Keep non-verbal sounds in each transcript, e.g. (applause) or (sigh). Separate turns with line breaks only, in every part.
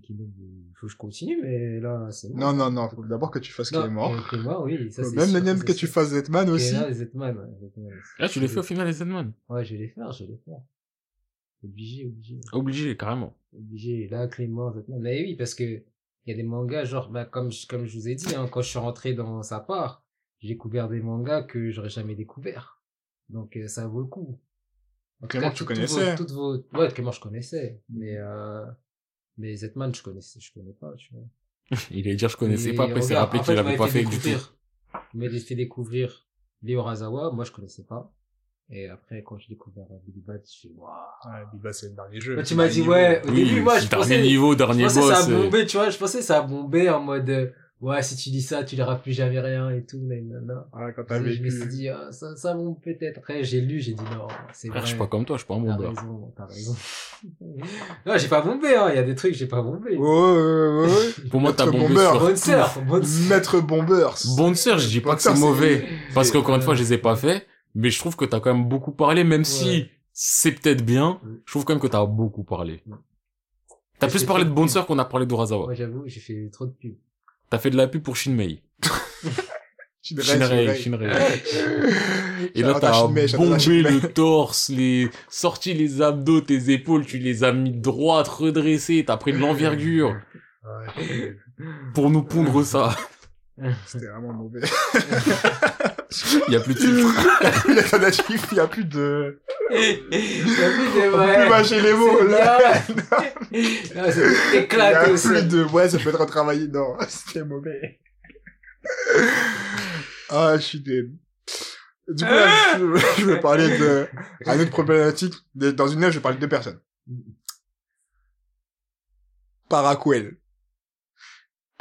qui me dit, il faut que je continue, mais là, c'est mort.
Non, non, non, faut d'abord que tu fasses
Non,
qu'il est mort.
euh, qu'il est mort, oui. Ça,
Faut
c'est
même
sûr,
la nienne
c'est
que tu
sûr.
fasses Zetman
Et
aussi.
là, Zetman, ouais, Zetman.
Là, Ah, tu l'as fait au final, les Zetman.
Ouais, je vais les faire, je vais les faire. Obligé, obligé.
Obligé, carrément.
obligé. Là, Clément, Zetman. Mais oui, parce que il y a des mangas, genre, bah, comme, je- comme je vous ai dit, hein, quand je suis rentré dans sa part, j'ai découvert des mangas que j'aurais jamais découvert. Donc, euh, ça vaut le coup. En tout
Clément, tu
toutes vos-
connaissais.
toutes vos... Ouais, Clément, je connaissais. Mais, euh, mais Zetman, je connaissais, je connais pas, tu vois.
Il allait dire, je connaissais
Et
pas, après, il s'est
regarde,
rappelé
en
qu'il
fait,
l'avait
on
pas
m'avait
fait du tout.
découvrir- on m'avait fait découvrir les Horazawa, moi, je connaissais pas. Et après, quand j'ai découvert euh, Billy Bat, je suis, waouh.
Ouais, Biba, c'est le dernier jeu.
Bah, tu
Le
m'as
dernier
dit,
niveau.
ouais, au
Oui,
début, moi,
c'est
je
dernier
pensais,
niveau, dernier
je pensais
boss.
ça a
euh,
bombé, tu vois, je pensais ça a bombé en mode, euh, ouais, si tu dis ça, tu liras plus jamais rien et tout, nanana.
Ah, quand t'as
Je me suis
vécu.
dit, ah, ça, ça bombe peut-être. Après, j'ai lu, j'ai dit, non, c'est vrai.
Frère, Ah, je suis pas comme toi, je suis pas un
T'as
bombeur.
raison, t'as raison. (laughs) non, j'ai pas bombé, hein, il y a des trucs, j'ai pas bombé.
Ouais, ouais, ouais, ouais.
Pour moi,
Maître
t'as bombé
bombeur.
sur
Bonne sœur, bonne (laughs) sœur.
Maître Bombers.
Bonne sœur, je dis pas que
Boxer,
c'est
c'est-
mauvais. Parce
c'est-
qu'encore une fois, je les ai pas fait. Mais je trouve que t'as quand même beaucoup parlé, même si
Ouais.
c'est peut-être bien.
Mm.
Je trouve quand même que t'as beaucoup parlé.
Mm.
T'as
Je
plus
t'ai
parlé
fait
de Bonne
pub.
Sœur qu'on a parlé d'Urasawa.
Moi, j'avoue, j'ai fait trop de pub.
T'as fait de la pub pour Shinmei.
Shinrei,
Shinrei,
Shinrei.
Shinrei. Et là,
Shout-out à
t'as
Shinmei, shout-out à
bombé
Shinmei.
le torse, les, sorti les abdos, tes épaules, tu les as mis droites, redressées, t'as pris de l'envergure
Ouais,
pour nous pondre ça.
C'était vraiment mauvais. (laughs)
Il (laughs) y a plus de filtre.
Il y a pas d'adjectif, il y a plus de...
c'est
On peut plus mâcher les mots, là. (laughs)
C'est
Il y a
éclaté aussi.
plus de... Ouais, ça peut être retravaillé. Non, (laughs) c'était mauvais. ah, je suis des... Du coup, là, je, je vais parler de... Un autre problématique. De- Dans une œuvre, je vais parler de deux personnes. Paraquel.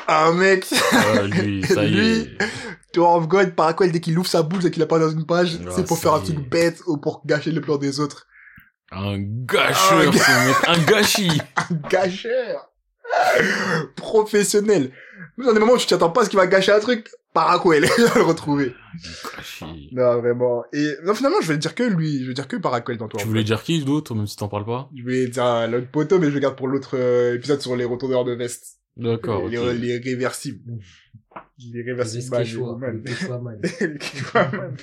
Un mec... (laughs)
Ah, lui, ça y est.
Lui. Tour of God, Paraquel, dès qu'il ouvre sa bouche, dès qu'il apparaît dans une page,
Ah,
c'est pour
ça
faire un
y est.
truc bête ou pour gâcher le plan des autres.
Un gâcheur,
Un gâ-
ce mec. Un gâchis.
Gâcheur Professionnel Même dans des moments où tu t'attends pas à ce qu'il va gâcher un truc, Paraquel, (laughs) il va le retrouver.
Gâchis.
Non, vraiment. Et non, finalement, je vais dire que lui, je vais dire que Paraquel dans Tour
Tu
of
voulais
God.
dire qui d'autre, même si t'en parles pas?
Je vais dire à l'autre poteau, mais je le garde pour l'autre euh, épisode sur les retourneurs de veste.
D'accord.
les,
ok.
les réversibles. Les réversibles. man, les
hein.
woman.
hein.
(laughs) Le Quechua man.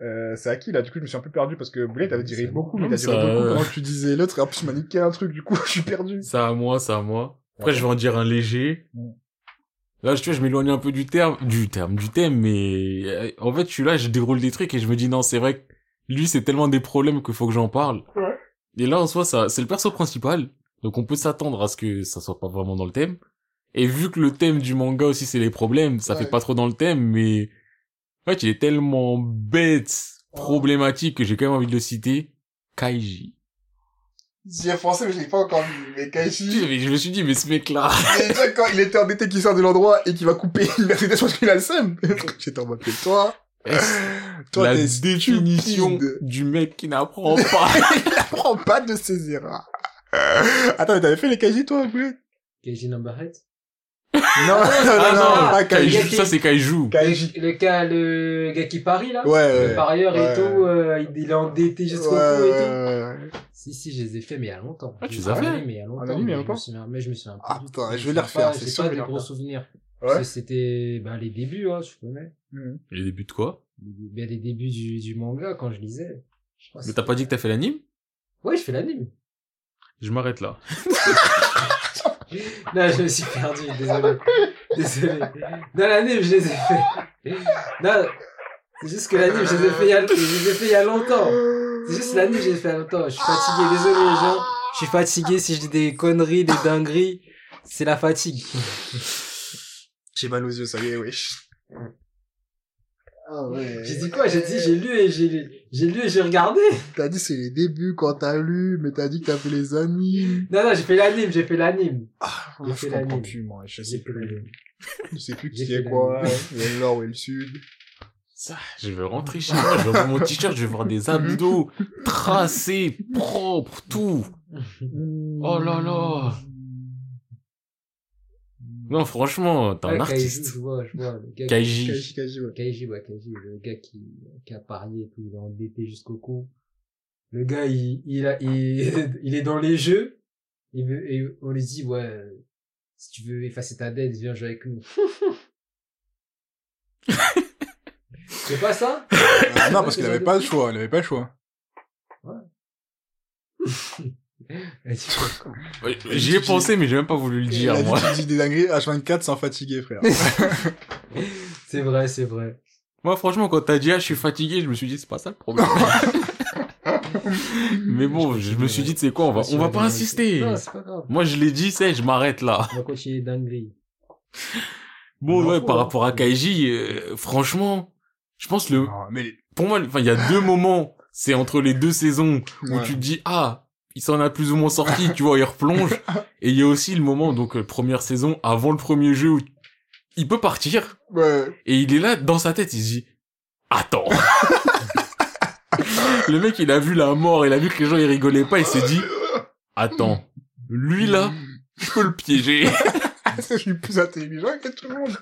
Euh, c'est à qui là Du coup, je me suis un peu perdu parce que Boulet t'avait
C'est
dit beaucoup,
bon.
mais t'as dit
Ça,
beaucoup
euh.
pendant que tu disais l'autre. et En plus, tu m'as niqué un truc, du coup, (laughs) je suis perdu.
C'est à moi, c'est à moi. Après,
Ouais.
je vais en dire un léger.
Mm.
Là, je- tu vois, je m'éloigne un peu du terme, du terme, du thème, mais euh, en fait, je suis là, je déroule des trucs et je me dis non, c'est vrai que lui, c'est tellement des problèmes qu'il faut que j'en parle.
Ouais.
Et là, en soi, ça, c'est le perso principal, donc on peut s'attendre à ce que ça soit pas vraiment dans le thème. Et vu que le thème du manga aussi, c'est les problèmes, ça
Ouais.
fait pas trop dans le thème, mais en fait, il est tellement bête,
Ouais.
problématique que j'ai quand même envie de le citer. Kaiji.
J'y ai pensé, mais je l'ai pas encore vu. Mais Kaichi, (laughs)
(laughs) Je je me suis dit, mais ce mec-là.
Et déjà, quand il était endetté qui sort de l'endroit et qui va couper l'université, je pense qu'il a le seum. (laughs) J'étais en mode, mais toi, (laughs) toi,
la
t'es
définition
stupide.
du mec qui n'apprend pas.
il apprend pas de ses erreurs. Attends, mais t'avais fait les Kaiji, toi, Boulet
KG Number 8
Non, non, (laughs) (laughs) non, Ah, non,
non,
pas Kaiji.
Ah Kaiju, ça c'est Kaiju.
Kaiji.
Le cas, le gars qui parie là
Ouais, ouais.
Le parieur
ouais.
et tout, euh, il, il est endetté jusqu'au
Ouais,
cou
ouais,
et tout.
ouais, ouais.
Si, si, je les ai fait, mais il y a longtemps.
Ah, tu
Je
les as fait
Mais il y a longtemps.
En anime, il y
mais je me
a longtemps
souviens- Mais je me souviens
Ah,
pas. du tout. me
putain, je vais les
souviens
refaire,
pas,
c'est
j'ai pas
sûr, je vais
de
les
gros
refaire.
souvenirs.
Ouais.
Parce que C'était bah, les débuts, hein, je connais.
Mhm.
Les débuts de quoi
Les, bah, les débuts du, du manga quand je lisais. Je
Ah,
crois que
Mais t'as
c'était-
pas dit que t'as fait l'anime
Ouais, je fais l'anime.
Je m'arrête là.
Non, je me suis perdu, désolé. Désolé. Non, l'anime, je les ai fait. Non, c'est juste que l'anime, je les ai fait il y a, je les ai fait il y a longtemps. C'est juste l'anime, je les ai fait il y a longtemps. Je suis fatigué, désolé les gens. Je suis fatigué si je dis des conneries, des dingueries. C'est la fatigue.
J'ai mal aux yeux, ça y est, wesh. Ah ouais.
J'ai dit quoi J'ai dit, j'ai lu et j'ai j'ai lu et j'ai regardé.
T'as dit c'est les débuts quand t'as lu, mais t'as dit que t'as fait les animes.
Non, non, j'ai fait l'anime, j'ai fait l'anime.
Ah,
J'ai fait l'anime.
moi, je
J'ai fait l'anime.
Je sais plus
J'ai
qui
fait
est
la
quoi, il y a le nord et le sud.
Ça, je vais rentrer chez moi, je vais voir mon t-shirt, je vais voir des abdos tracés, propres, tout.
Mmh.
Oh là là. Non, franchement, t'es un
Ouais, Kaiju,
artiste.
Je vois, je vois. Le gars qui-
Kaiji.
Kaiji, Kaiji, ouais.
Kaiji, ouais, Kaiji, le gars qui, qui a parié et tout, il est (laughs) endetté jusqu'au cou. Le gars, il, il, a, il, il est dans les jeux, Et, me- et on lui dit, ouais, euh, si tu veux effacer ta dette, viens jouer avec nous. C'est pas ça
Ah non, parce qu'il avait pas le choix, il avait pas le choix.
Elle dit,
J'y ai pensé, mais j'ai même pas voulu le
Il
dire,
a dit,
moi.
tu dis des dingueries H24 sans fatiguer, frère.
C'est vrai, c'est vrai.
Moi, franchement, quand t'as dit, ah, je suis fatigué, je me suis dit, c'est pas ça
(laughs)
le problème. mais bon, je me suis dit, c'est quoi, on va, on va pas insister.
Non, c'est pas grave.
Moi, je l'ai dit, c'est, je m'arrête là.
On va continuer dinguerie.
Bon,
Non,
ouais,
faut,
par
hein.
rapport à Kaiji, euh, franchement, je pense le,
Non, mais les-
pour moi, enfin, il y a deux moments, c'est entre les deux saisons où
Ouais.
tu te dis, ah, il s'en a plus ou moins sorti, tu vois,
(laughs)
il replonge. Et il y a aussi le moment, donc, euh, première saison, avant le premier jeu où il peut partir.
Ouais.
Et il est là, dans sa tête, il se dit, attends. (laughs) le mec, il a vu la mort, il a vu que les gens, ils rigolaient pas, il s'est dit, attends, lui là, je peux le piéger.
(laughs) Je suis plus intelligent que tout le (laughs) monde.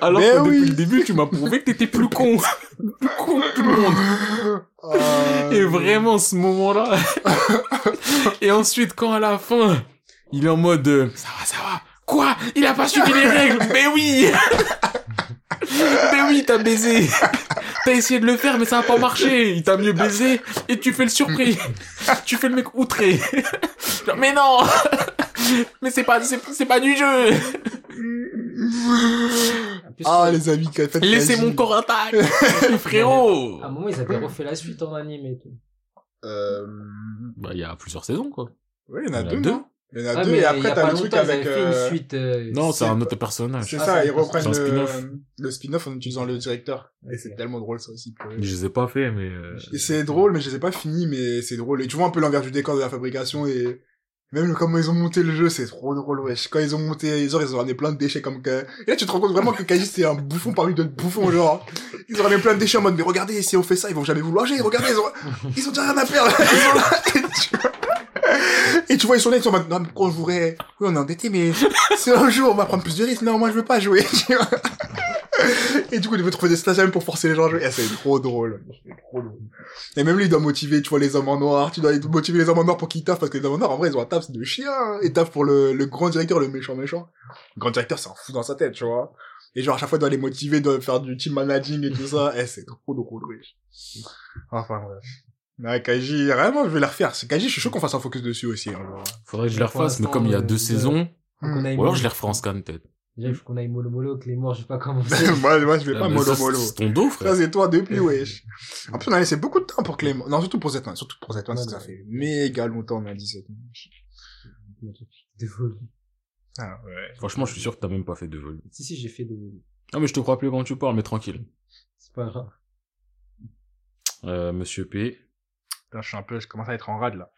Alors
Mais
que
oui.
depuis le début, tu m'as prouvé que t'étais plus con. plus con que tout le monde.
Euh,
Et vraiment, ce moment-là. Et ensuite, quand à la fin, il est en mode, euh, ça va, ça va. Quoi? Il a pas suivi les règles. Mais oui! mais oui, t'as baisé. T'as essayé de le faire, mais ça a pas marché. Il t'a mieux baisé. Et tu fais le surpris. tu fais le mec outré. Genre, mais non! mais c'est pas, c'est c'est pas du jeu.
En plus,
Ah, les amis, qu'a fait
Laissez
Kaiji.
mon corps intact.
(laughs)
Mais frérot.
À un moment, ils avaient refait la suite en anime et tout.
Euh...
Bah, il y a plusieurs saisons, quoi.
Ouais, il y en a
Il y en a
deux,
deux.
non Il y en a
Ah,
deux,
mais
et
il y a
après,
pas
t'as le
longtemps,
truc
ils
avec...
avaient fait
euh,
une suite. euh,
Non, c'est
c'est-
un autre personnage.
C'est
Ah,
ça,
c'est
ils
un
reprennent
spin-off.
le, le spin-off en utilisant le directeur. Et c'est
Ok.
tellement drôle, ça aussi. pour eux.
Je les ai pas fait, mais. euh,
Et c'est drôle, mais je les ai pas finis, mais c'est drôle. Et tu vois un peu l'envers du décor de la fabrication et même comment ils ont monté le jeu, c'est trop drôle, wesh. Quand ils ont monté, genre, ils ont ramené plein de déchets comme que, et là, tu te rends compte vraiment que Kaji, c'est un bouffon parmi d'autres bouffons, genre. Ils ont ramené plein de déchets en mode, mais regardez, si on fait ça, ils vont jamais vous loger, regardez, ils ont, ils ont déjà rien à perdre. Ils sont là, et tu vois. Et tu vois, ils sont là, ils sont en mode, non, mais pourquoi on jouerait? Oui, on est endetté, mais c'est un jour, on va prendre plus de risques. Non, moi, je veux pas jouer, tu vois. Et du coup, ils veulent trouver des stagiaires pour forcer les gens à jouer. Eh, c'est trop drôle. C'est trop drôle. Et même lui, il doit motiver, tu vois, les hommes en noir, tu dois motiver les hommes en noir pour qu'ils taffent, parce que les hommes en noir, en vrai, ils ont un taf, c'est de chien, hein. Ils taffent pour le, le grand directeur, le méchant méchant. Le grand directeur, c'est un fou dans sa tête, tu vois. Et genre, à chaque fois, il doit les motiver, il doit faire du team managing et tout ça. Eh, c'est trop drôle, wesh. Enfin, bref. Ouais, Kaji, vraiment, je vais la refaire. C'est Kaji, je suis chaud qu'on fasse un focus dessus aussi. hein, genre.
Faudrait que je
Mais
les
pour
refasse, mais
l'instant,
comme il y a
euh,
deux
euh,
saisons,
faut qu'on aille
ou alors
mollo.
je les referai en scan peut-être.
Déjà, il faut qu'on aille mollo mollo, que les morts, je sais pas
(laughs)
comment c'est.
(laughs) moi, moi, je vais
Ah,
pas
mais
mollo
ça, c'est-
mollo.
C'est ton dos, frère.
Ça, c'est toi depuis, wesh. En plus, on a laissé beaucoup de temps pour Clément. Non, surtout pour Z1. Surtout pour Z1, parce que ça fait méga longtemps, on a dit Z1.
De volume.
Ah, ouais.
Franchement, je suis sûr que t'as même pas fait de vol.
Si, si, j'ai fait de volume.
Non, mais je te crois plus quand tu parles, mais tranquille.
C'est pas grave.
Euh, Monsieur P.
Putain, je suis un peu, je commence à être en rade, là.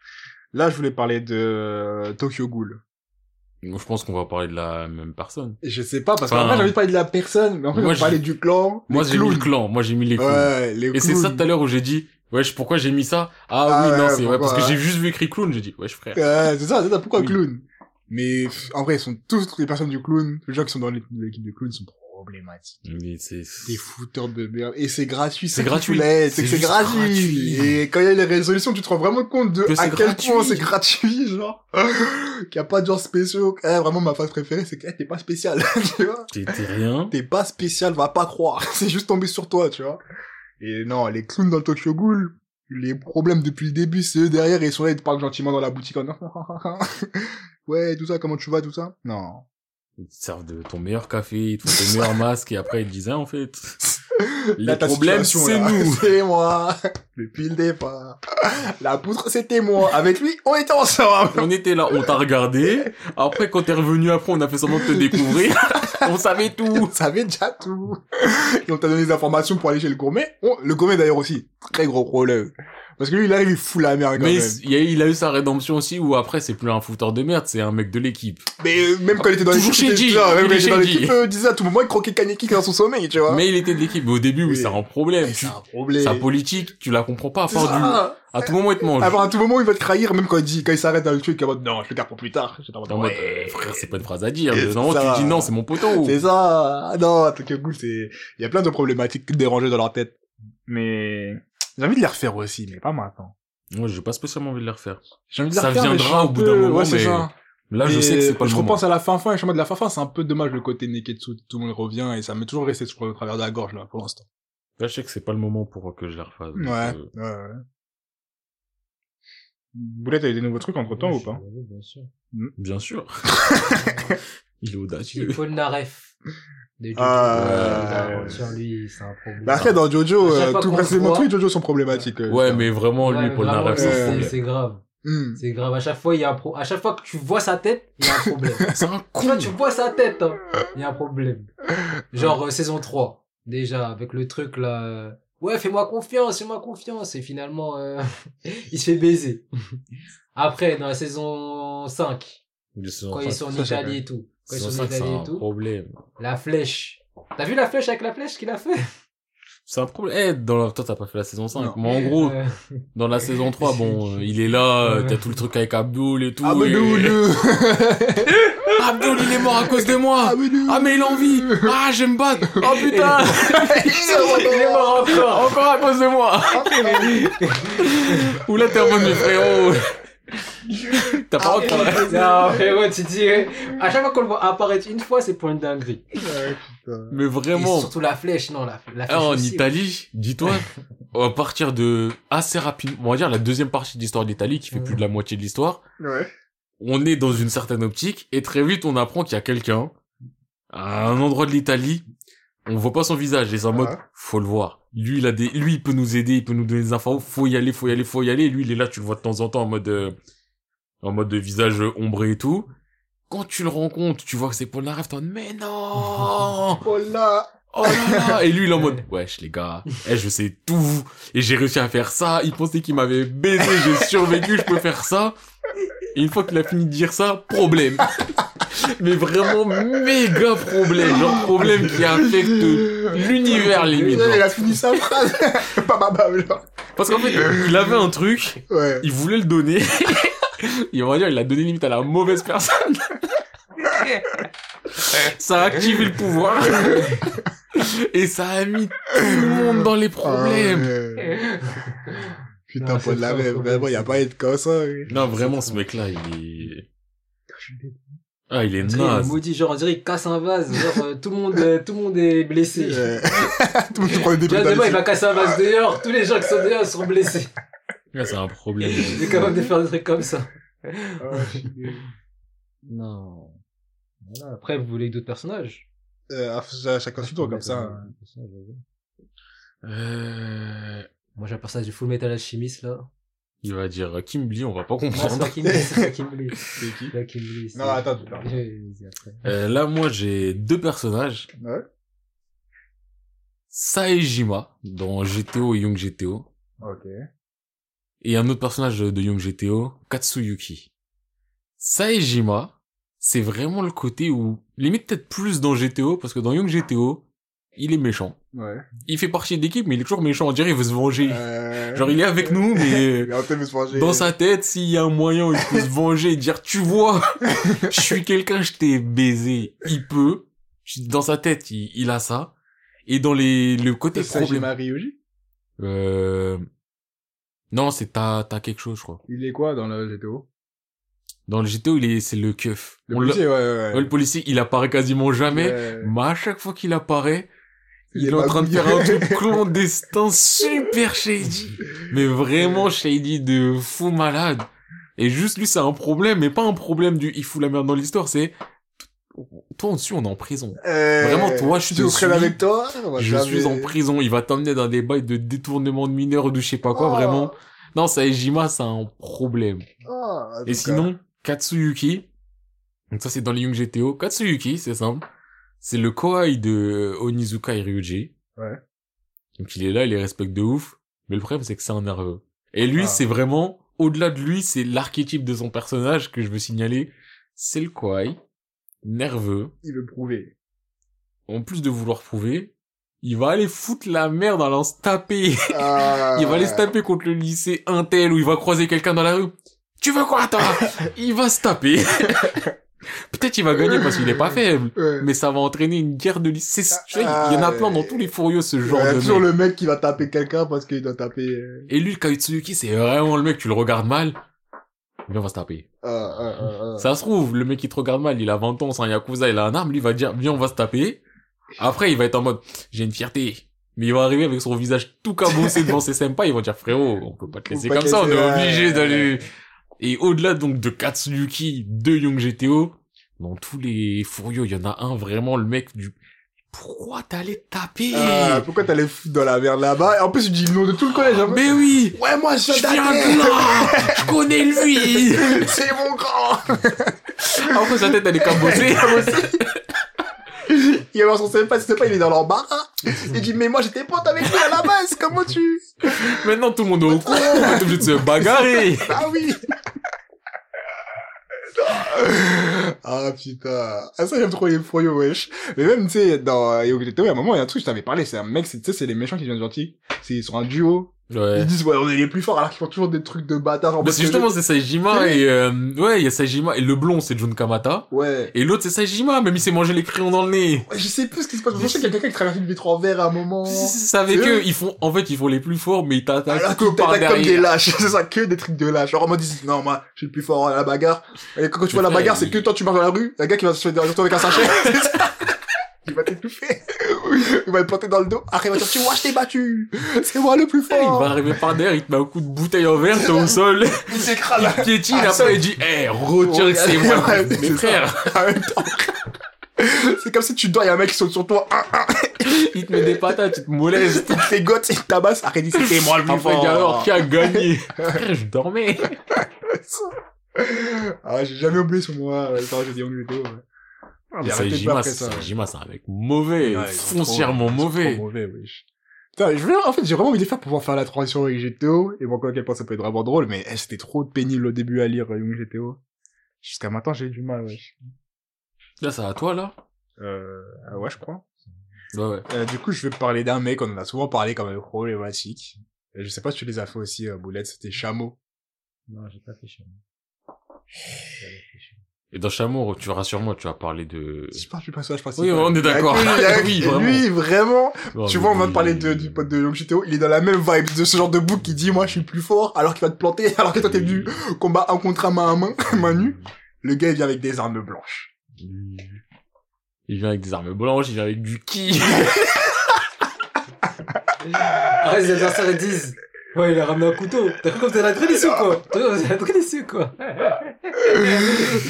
Là, je voulais parler de euh, Tokyo Ghoul.
Bon, Je pense qu'on va parler de la même personne.
Et je sais pas, parce qu'en
Enfin,
vrai, j'ai envie de parler de la personne, mais en fait,
moi,
on va
je-
parler du clan.
Moi,
les
j'ai mis
clowns.
le clan. Moi, j'ai mis les clowns.
Ouais, les
Et c'est ça
clowns.
tout à l'heure où j'ai dit, wesh, pourquoi j'ai mis ça? Ah,
Ah
oui, non,
ouais,
c'est vrai, parce que
pourquoi, ouais.
j'ai juste vu écrit clown, j'ai dit, wesh, frère.
Ouais, c'est ça, c'est ça, pourquoi
Oui.
clown? Mais, pff, en vrai, ils sont tous les personnes du clown. Les gens qui sont dans l'é- l'équipe de clown sont problématiques.
Mais c'est,
des fouteurs de merde. Et c'est gratuit,
C'est
ça qui
gratuit.
voulait, C'est
C'est
que c'est
juste
gratuit.
gratuit.
Et quand il y a les résolutions, tu te rends vraiment compte de
Que
à
c'est
quel
gratuit.
point c'est gratuit, genre. (laughs) qu'il n'y a pas de genre spéciaux. Eh, vraiment, ma phase préférée, c'est que eh, t'es pas spécial, (laughs) tu vois.
t'es t'es rien.
T'es pas spécial, va pas croire. (laughs) c'est juste tombé sur toi, tu vois. Et non, les clowns dans le Tokyo Ghoul, les problèmes depuis le début, c'est eux derrière et ils sont là, ils te parlent gentiment dans la boutique en (laughs) Ouais, tout ça, comment tu vas, tout ça Non.
Ils te servent de ton meilleur café, ils te font ton meilleur masque, et après, ils te disent, ah,
(laughs)
en fait, les
Là, ta
problèmes,
situation,
c'est
là,
nous.
(laughs) C'est moi. Depuis le départ. (laughs) La poutre, c'était moi. Avec lui, on était ensemble. (laughs)
On était là, on t'a regardé. Après, quand t'es revenu après, on a fait semblant de te découvrir. (laughs) on savait tout.
On savait déjà tout. (laughs) Et on t'a donné des informations pour aller chez le gourmet. On- le gourmet, d'ailleurs, aussi. Très gros problème. Parce que lui, il arrive, il fout la merde, quand
Mais
même.
il y a, il a eu sa rédemption aussi, où après, c'est plus un fouteur de merde, c'est un mec de l'équipe.
Mais euh, même quand il était dans
Toujours
l'équipe, il
chez
était-
G.
genre, même
Il
quand il
est
était
chez
dans
G.
l'équipe, euh, il disait à tout moment, il croquait Kaneki dans son sommeil, tu vois.
Mais il était de l'équipe. Mais au début, oui,
Oui.
c'est un problème.
Mais c'est
Tu-
un problème.
Sa politique, tu la comprends pas, à
C'est
part du...
ça.
À tout moment, il te mange.
Alors, à tout moment, il va te trahir, même quand il dit, quand il s'arrête dans le truc, il est en mode, non, je le garde pour plus tard. J'étais en mode,
T'es en mode,
ouais.
euh, frère, c'est pas une phrase à dire.
Et
Normalement,
ça.
tu dis non, c'est mon poteau.
C'est ça. Ah Non, Tokyo Ghoul, c'est, il y a plein de problématiques dérangées dans leur tête. Mais, j'ai envie de les refaire aussi, mais pas maintenant.
Moi, j'ai pas spécialement envie de les refaire.
J'ai envie de
Ça
la refaire, mais je
viendra
suis
au
un
bout d'un
peu-
moment,
ouais, c'est
mais
ça.
Là, je
Et
sais que c'est pas le
Je
moment.
repense à la fin fin et le chemin de la fin fin, c'est un peu dommage le côté Neketsu, tout le monde revient et ça m'est toujours resté sur le travers de la gorge là pour l'instant.
Là, je sais que c'est pas le moment pour que je les refasse. donc,
Ouais,
euh,
ouais, ouais. Boulette, t'as eu des nouveaux trucs entre temps
ouais,
ou pas
je-
(laughs)
Bien sûr.
Mm.
Bien sûr. (laughs) Il est audacieux.
Il faut le naref. De Jojo.
Ah,
Ouais,
ouais.
euh, Sur lui, c'est un problème.
Bah après, dans
À
Jojo,
chaque
euh,
fois
tout,
qu'on
presque
le voit-
tous les Jojo sont problématiques. euh,
Ouais,
putain.
mais vraiment, euh,
Ouais,
lui, pour le
vraiment,
narratif,
c'est-
c'est
c'est-
un problème.
C'est grave.
Hmm.
C'est grave. À chaque fois, il y a un pro... À chaque fois que tu vois sa tête, il y a un problème.
C'est un con.
Quand tu vois sa tête, hein, il y a un
(laughs)
problème. Genre euh, saison 3, déjà, avec le truc là. euh, Ouais, fais-moi confiance, fais-moi confiance. Et finalement, euh, (laughs) il se fait baiser. (laughs) Après, dans la saison 5,
Mais c'est
quand
un-
ils sont en
ça, c'est
Italie et tout. Quand ils
c'est un-
sont en
c'est
Italie
un
et tout.
problème.
La flèche. T'as vu la flèche avec la flèche qu'il a fait
C'est un problème. Eh, dans la... Toi, t'as pas fait la saison 5.
Non.
Mais en gros,
Euh,
dans la saison 3,
(laughs)
bon, euh, il est là, euh,
Ouais.
t'as tout le truc avec Abdul et tout.
Ah, mais
et-
nous, nous.
(laughs) Abdul, il est mort à cause de moi.
Ah, mais nous.
(laughs) Ah, mais il a envie. Ah, je vais me battre. Oh putain.
Il est mort encore
(laughs) Encore à cause de moi.
Ah,
Ou là, t'es en mode,
(laughs)
mais frérot. T'as
Ah,
pas envie de parler.
(laughs) Non, frérot, tu dis. euh, À chaque fois qu'on le voit apparaître une fois, c'est pour une dinguerie.
Ouais.
Mais
Et
vraiment.
surtout la flèche, non, la, la flèche.
Ah, en
aussi.
Italie, dis-toi, à partir de assez rapidement, on va dire la deuxième partie de l'histoire d'Italie qui fait
Ouais.
plus de la moitié de l'histoire,
Ouais.
on est dans une certaine optique et très vite on apprend qu'il y a quelqu'un à un endroit de l'Italie, on voit pas son visage et c'est en mode
Ouais.
faut le voir. Lui il a des lui il peut nous aider, il peut nous donner des infos, faut y aller, faut y aller, faut y aller. Lui il est là, tu le vois de temps en temps en mode euh, en mode de visage euh, ombré et tout. Quand tu le rencontres, tu vois que c'est Paul Naref, t'es en mode, mais non
Oh là.
Oh là là Et lui, il est en mode,
Ouais.
wesh les gars, eh, je sais tout, et j'ai réussi à faire ça, il pensait qu'il m'avait baisé, j'ai survécu, je peux faire ça. Et une fois qu'il a fini de dire ça, problème. (laughs) Mais vraiment méga problème, genre problème qui affecte l'univers limite.
Putain,
genre.
Il a fini sa phrase. (laughs) Pas ma bave, genre.
Parce qu'en fait, il avait un truc,
Ouais.
il voulait le donner, (laughs) et on va dire, il l'a donné limite à la mauvaise personne. Ça a activé le pouvoir, et ça a mis tout le monde dans les problèmes.
(laughs)
Ah, ouais. Putain,
Non,
pas
c'est
de la
trop
même.
problème,
Vraiment, y a
c'est-
pas à être comme ça. ouais.
Non, vraiment, ce mec-là, il est... Ah, il est
On dirait, il est
naze.
maudit, genre on dirait qu'il casse un vase, genre euh, tout, le monde, euh, tout le monde est blessé.
(laughs) Ouais. Tout le monde prend des
Tu vois, demain il
pétales.
va casser un vase dehors, tous les gens qui sont dehors seront blessés.
Ah, c'est un problème.
Il est capable de faire des trucs comme ça.
Ah,
Non. Après, vous voulez d'autres personnages
Euh, à- à Chacun son tour, comme ça. hein.
Euh...
Moi j'ai un personnage du Full Metal Alchemist (laughs) là.
Il va dire euh, Kimberly, on va pas
Non, c'est
comprendre.
pas Kim Lee, c'est pas Kim Lee.
C'est qui
C'est pas Kim Lee, c'est-
Non, attends, attends.
Je vais les dire après.
Euh, là, moi, j'ai deux personnages.
Ouais.
Saejima, dans GTO et Young GTO.
Ok.
Et un autre personnage de Young GTO, Katsuyuki. Saejima, c'est vraiment le côté où... Limite peut-être plus dans GTO, parce que dans Young GTO, il est méchant.
Ouais.
il fait partie de l'équipe, mais il est toujours méchant. On dirait il veut se venger.
Euh,
Genre, il est avec nous, mais
Mais en fait, vous mangez-
dans sa tête, s'il y a un moyen où il peut se venger et dire, tu vois, je suis quelqu'un, je t'ai baisé. Il peut. Dans sa tête, il, il a ça. Et dans les, le côté
C'est
problème.
Sajima Ryuji
Euh, non, c'est t'as, t'as quelque chose, je crois.
Il est quoi dans le GTO
Dans le GTO, il est, c'est le keuf.
Le
On l'a-
policier, ouais, ouais,
Ouais, le
ouais.
policier, il apparaît quasiment jamais.
Ouais.
Mais à chaque fois qu'il apparaît,
Il
il,
est
est en train de faire un
magouillé.
truc clandestin super shady. Mais vraiment shady de fou malade. Et juste lui, c'est un problème, mais pas un problème du il fout la merde dans l'histoire, c'est toi en dessus, on est en prison.
Euh,
Vraiment, toi, je
tu
te
te traînes
suis-
avec toi on va
Je
jamais-
suis en prison, il va t'emmener dans des bails de détournement de mineurs ou de je sais pas quoi,
Oh.
vraiment. Non, Saejima, c'est un problème.
Ah, en
Et
tout
sinon, Katsuyuki. Donc ça, c'est dans les Young GTO. Katsuyuki, c'est simple. C'est le kohai de euh, Onizuka et Ryuji.
Ouais.
Donc il est là, il les respecte de ouf. Mais le problème, c'est que c'est un nerveux. Et lui,
Ah.
c'est vraiment, au-delà de lui, c'est l'archétype de son personnage que je veux signaler. C'est le kohai. Nerveux.
cas, il veut prouver.
En plus de vouloir prouver, il va aller foutre la merde en allant se taper.
Ah,
(laughs) Il va aller se taper contre le lycée
(laughs)
un tel où il va croiser quelqu'un dans la rue. Tu veux quoi, toi? Il va se taper. (laughs) Peut-être il va gagner parce qu'il est pas faible.
Ouais.
Mais ça va entraîner une guerre de lycée. Tu vois,
Ah,
il y en a
ouais.
plein dans tous les furieux, ce genre
Il y a
de
toujours
mec.
le mec qui va taper quelqu'un parce qu'il doit taper. euh,
Et lui, le Kaitsuki, c'est vraiment le mec, tu le regardes mal. Lui, on va se taper.
ah, ah, ah, ah.
Ça se trouve, le mec qui te regarde mal, il a 20 ans, c'est un Yakuza, il a un arme, lui, il va dire, viens, on va se taper. Après, il va être en mode, j'ai une fierté. Mais il va arriver avec son visage tout cabossé devant ses sempas, ils vont dire, frérot, on peut pas te
Faut
laisser
pas
comme ça, on
te laisser,
est obligé
ouais.
d'aller. Et au-delà, donc, de Katsuyuki, de Young GTO, dans tous les furieux, il y en a un vraiment, le mec du, pourquoi t'allais taper?
Ah, pourquoi t'allais foutre dans la merde là-bas Et En plus, tu dis le nom de tout le collège. hein.
mais oui!
Ouais, moi, je
Je
suis
viens de là! Je connais lui!
(laughs) C'est mon grand
(laughs) Après, sa tête, elle
(laughs)
est cabossée.
Il y avait son CFA, si c'est pas, il est dans l'embarras. Il dit, mais moi, j'étais pote avec lui à la base, comment
(laughs)
tu...
Maintenant, tout le monde est au courant. On est obligé de se bagarrer.
Ah (laughs) oui Ah putain Ah ça j'aime trop les froyo wesh Mais même tu sais dans euh, Yogyakarta, il y a un moment il y a un truc je t'avais parlé c'est un mec c'est- tu sais c'est les méchants qui deviennent gentils c'est ils sont un duo
Ouais.
ils disent ouais on est les plus forts alors qu'ils font toujours des trucs de bâtard en mode
Parce que justement, c'est Sajima et, euh, ouais, il y a Sajima et le blond, c'est Jun Kamata.
ouais
Et l'autre, c'est Sajima, même il s'est mangé les crayons dans le nez.
Ouais, je sais plus ce qui se passe je sais qu'il y a quelqu'un qui traverse une vitre en verre à un moment
Si, si, si, C'est avec
Oh. C'est
eux,
eux.
ils font, en fait, ils font les plus forts, mais ils
alors
t'attaquent que
qu'ils
par
t'attaquent comme des
derrière.
lâches, (laughs) c'est ça, que des trucs de lâches. Genre en mode ils disent non moi je suis le plus fort à la bagarre. Et quand, quand tu vois
Mais
la
frère,
bagarre c'est
il-
que toi tu marches dans la rue, un gars qui va se faire derrière toi avec un sachet. (laughs) c'est ça. Il va t'étouffer.
(laughs)
Il va te planter dans le dos. Après il va dire tu vois je t'ai battu. C'est moi le plus
Eh, Il va
fort.
arriver par derrière, il te met un coup de bouteille en verre,
(laughs)
t'es au sol,
Il s'écrase.
(laughs) il piétine,
Ah, ça-
après il dit, eh, retiens que c'est moi,
Ouais, c'est
mes
ça.
frères.
En même temps. C'est comme si tu dors, il y a un mec qui saute sur toi, un, un,
Il te met des patates, il te
(laughs)
moleste.
il te dégote, il te tabasse, après
(laughs)
il dit c'était moi le plus
Après, il
fort.
dit, alors, qui a gagné? ah. (laughs) Frère, je dormais.
Ah, j'ai jamais oublié ce moment-là, ouais, quand j'ai dit on lui dos, ouais. Ah, mais arrêtez pas
Sajima,
après ça, ouais.
Sajima, c'est un mec mauvais,
Ouais, ils sont trop-
foncièrement
ils sont
mauvais.
trop mauvais, wesh. Putain, je veux, en fait, j'ai vraiment envie de les faire pour pouvoir faire la transition avec GTO, et bon, quoi, à quel point ça peut être vraiment drôle, mais eh, c'était trop pénible au début à lire euh, Young GTO. Jusqu'à maintenant, j'ai eu du mal, wesh.
Là, c'est à toi, là
Euh, ah ouais, je crois.
Ouais, ouais.
Euh, du coup, je vais parler d'un mec, on en a souvent parlé comme problématique. Euh, Je sais pas si tu les as fait aussi, euh, Boulette, c'était Chameau.
Non, j'ai pas fait chier. Ah, J'avais fait chier.
Et dans Chameau, tu rassures-moi, tu as parlé de...
Je parle du personnage principal.
Oui, on est d'accord.
Il y a (laughs) que lui, il
(laughs) oui,
y a-
vraiment.
lui, vraiment,
Non,
Tu
mais
vois, on vient de
lui-
parler de, du pote de Young Shiteo, il est dans la même vibe de ce genre de bouc qui dit moi je suis plus fort alors qu'il va te planter (laughs) alors que toi t'es venu combat un contre un main à main, (laughs) main nue. Le gars il vient avec des armes blanches.
Il vient avec des armes blanches, il vient avec
(laughs)
du ki.
Après, les adversaires ils disent Ouais, il a ramené un couteau. T'as cru comme t'as la déçu quoi T'as cru comme t'as la déçu quoi
(laughs)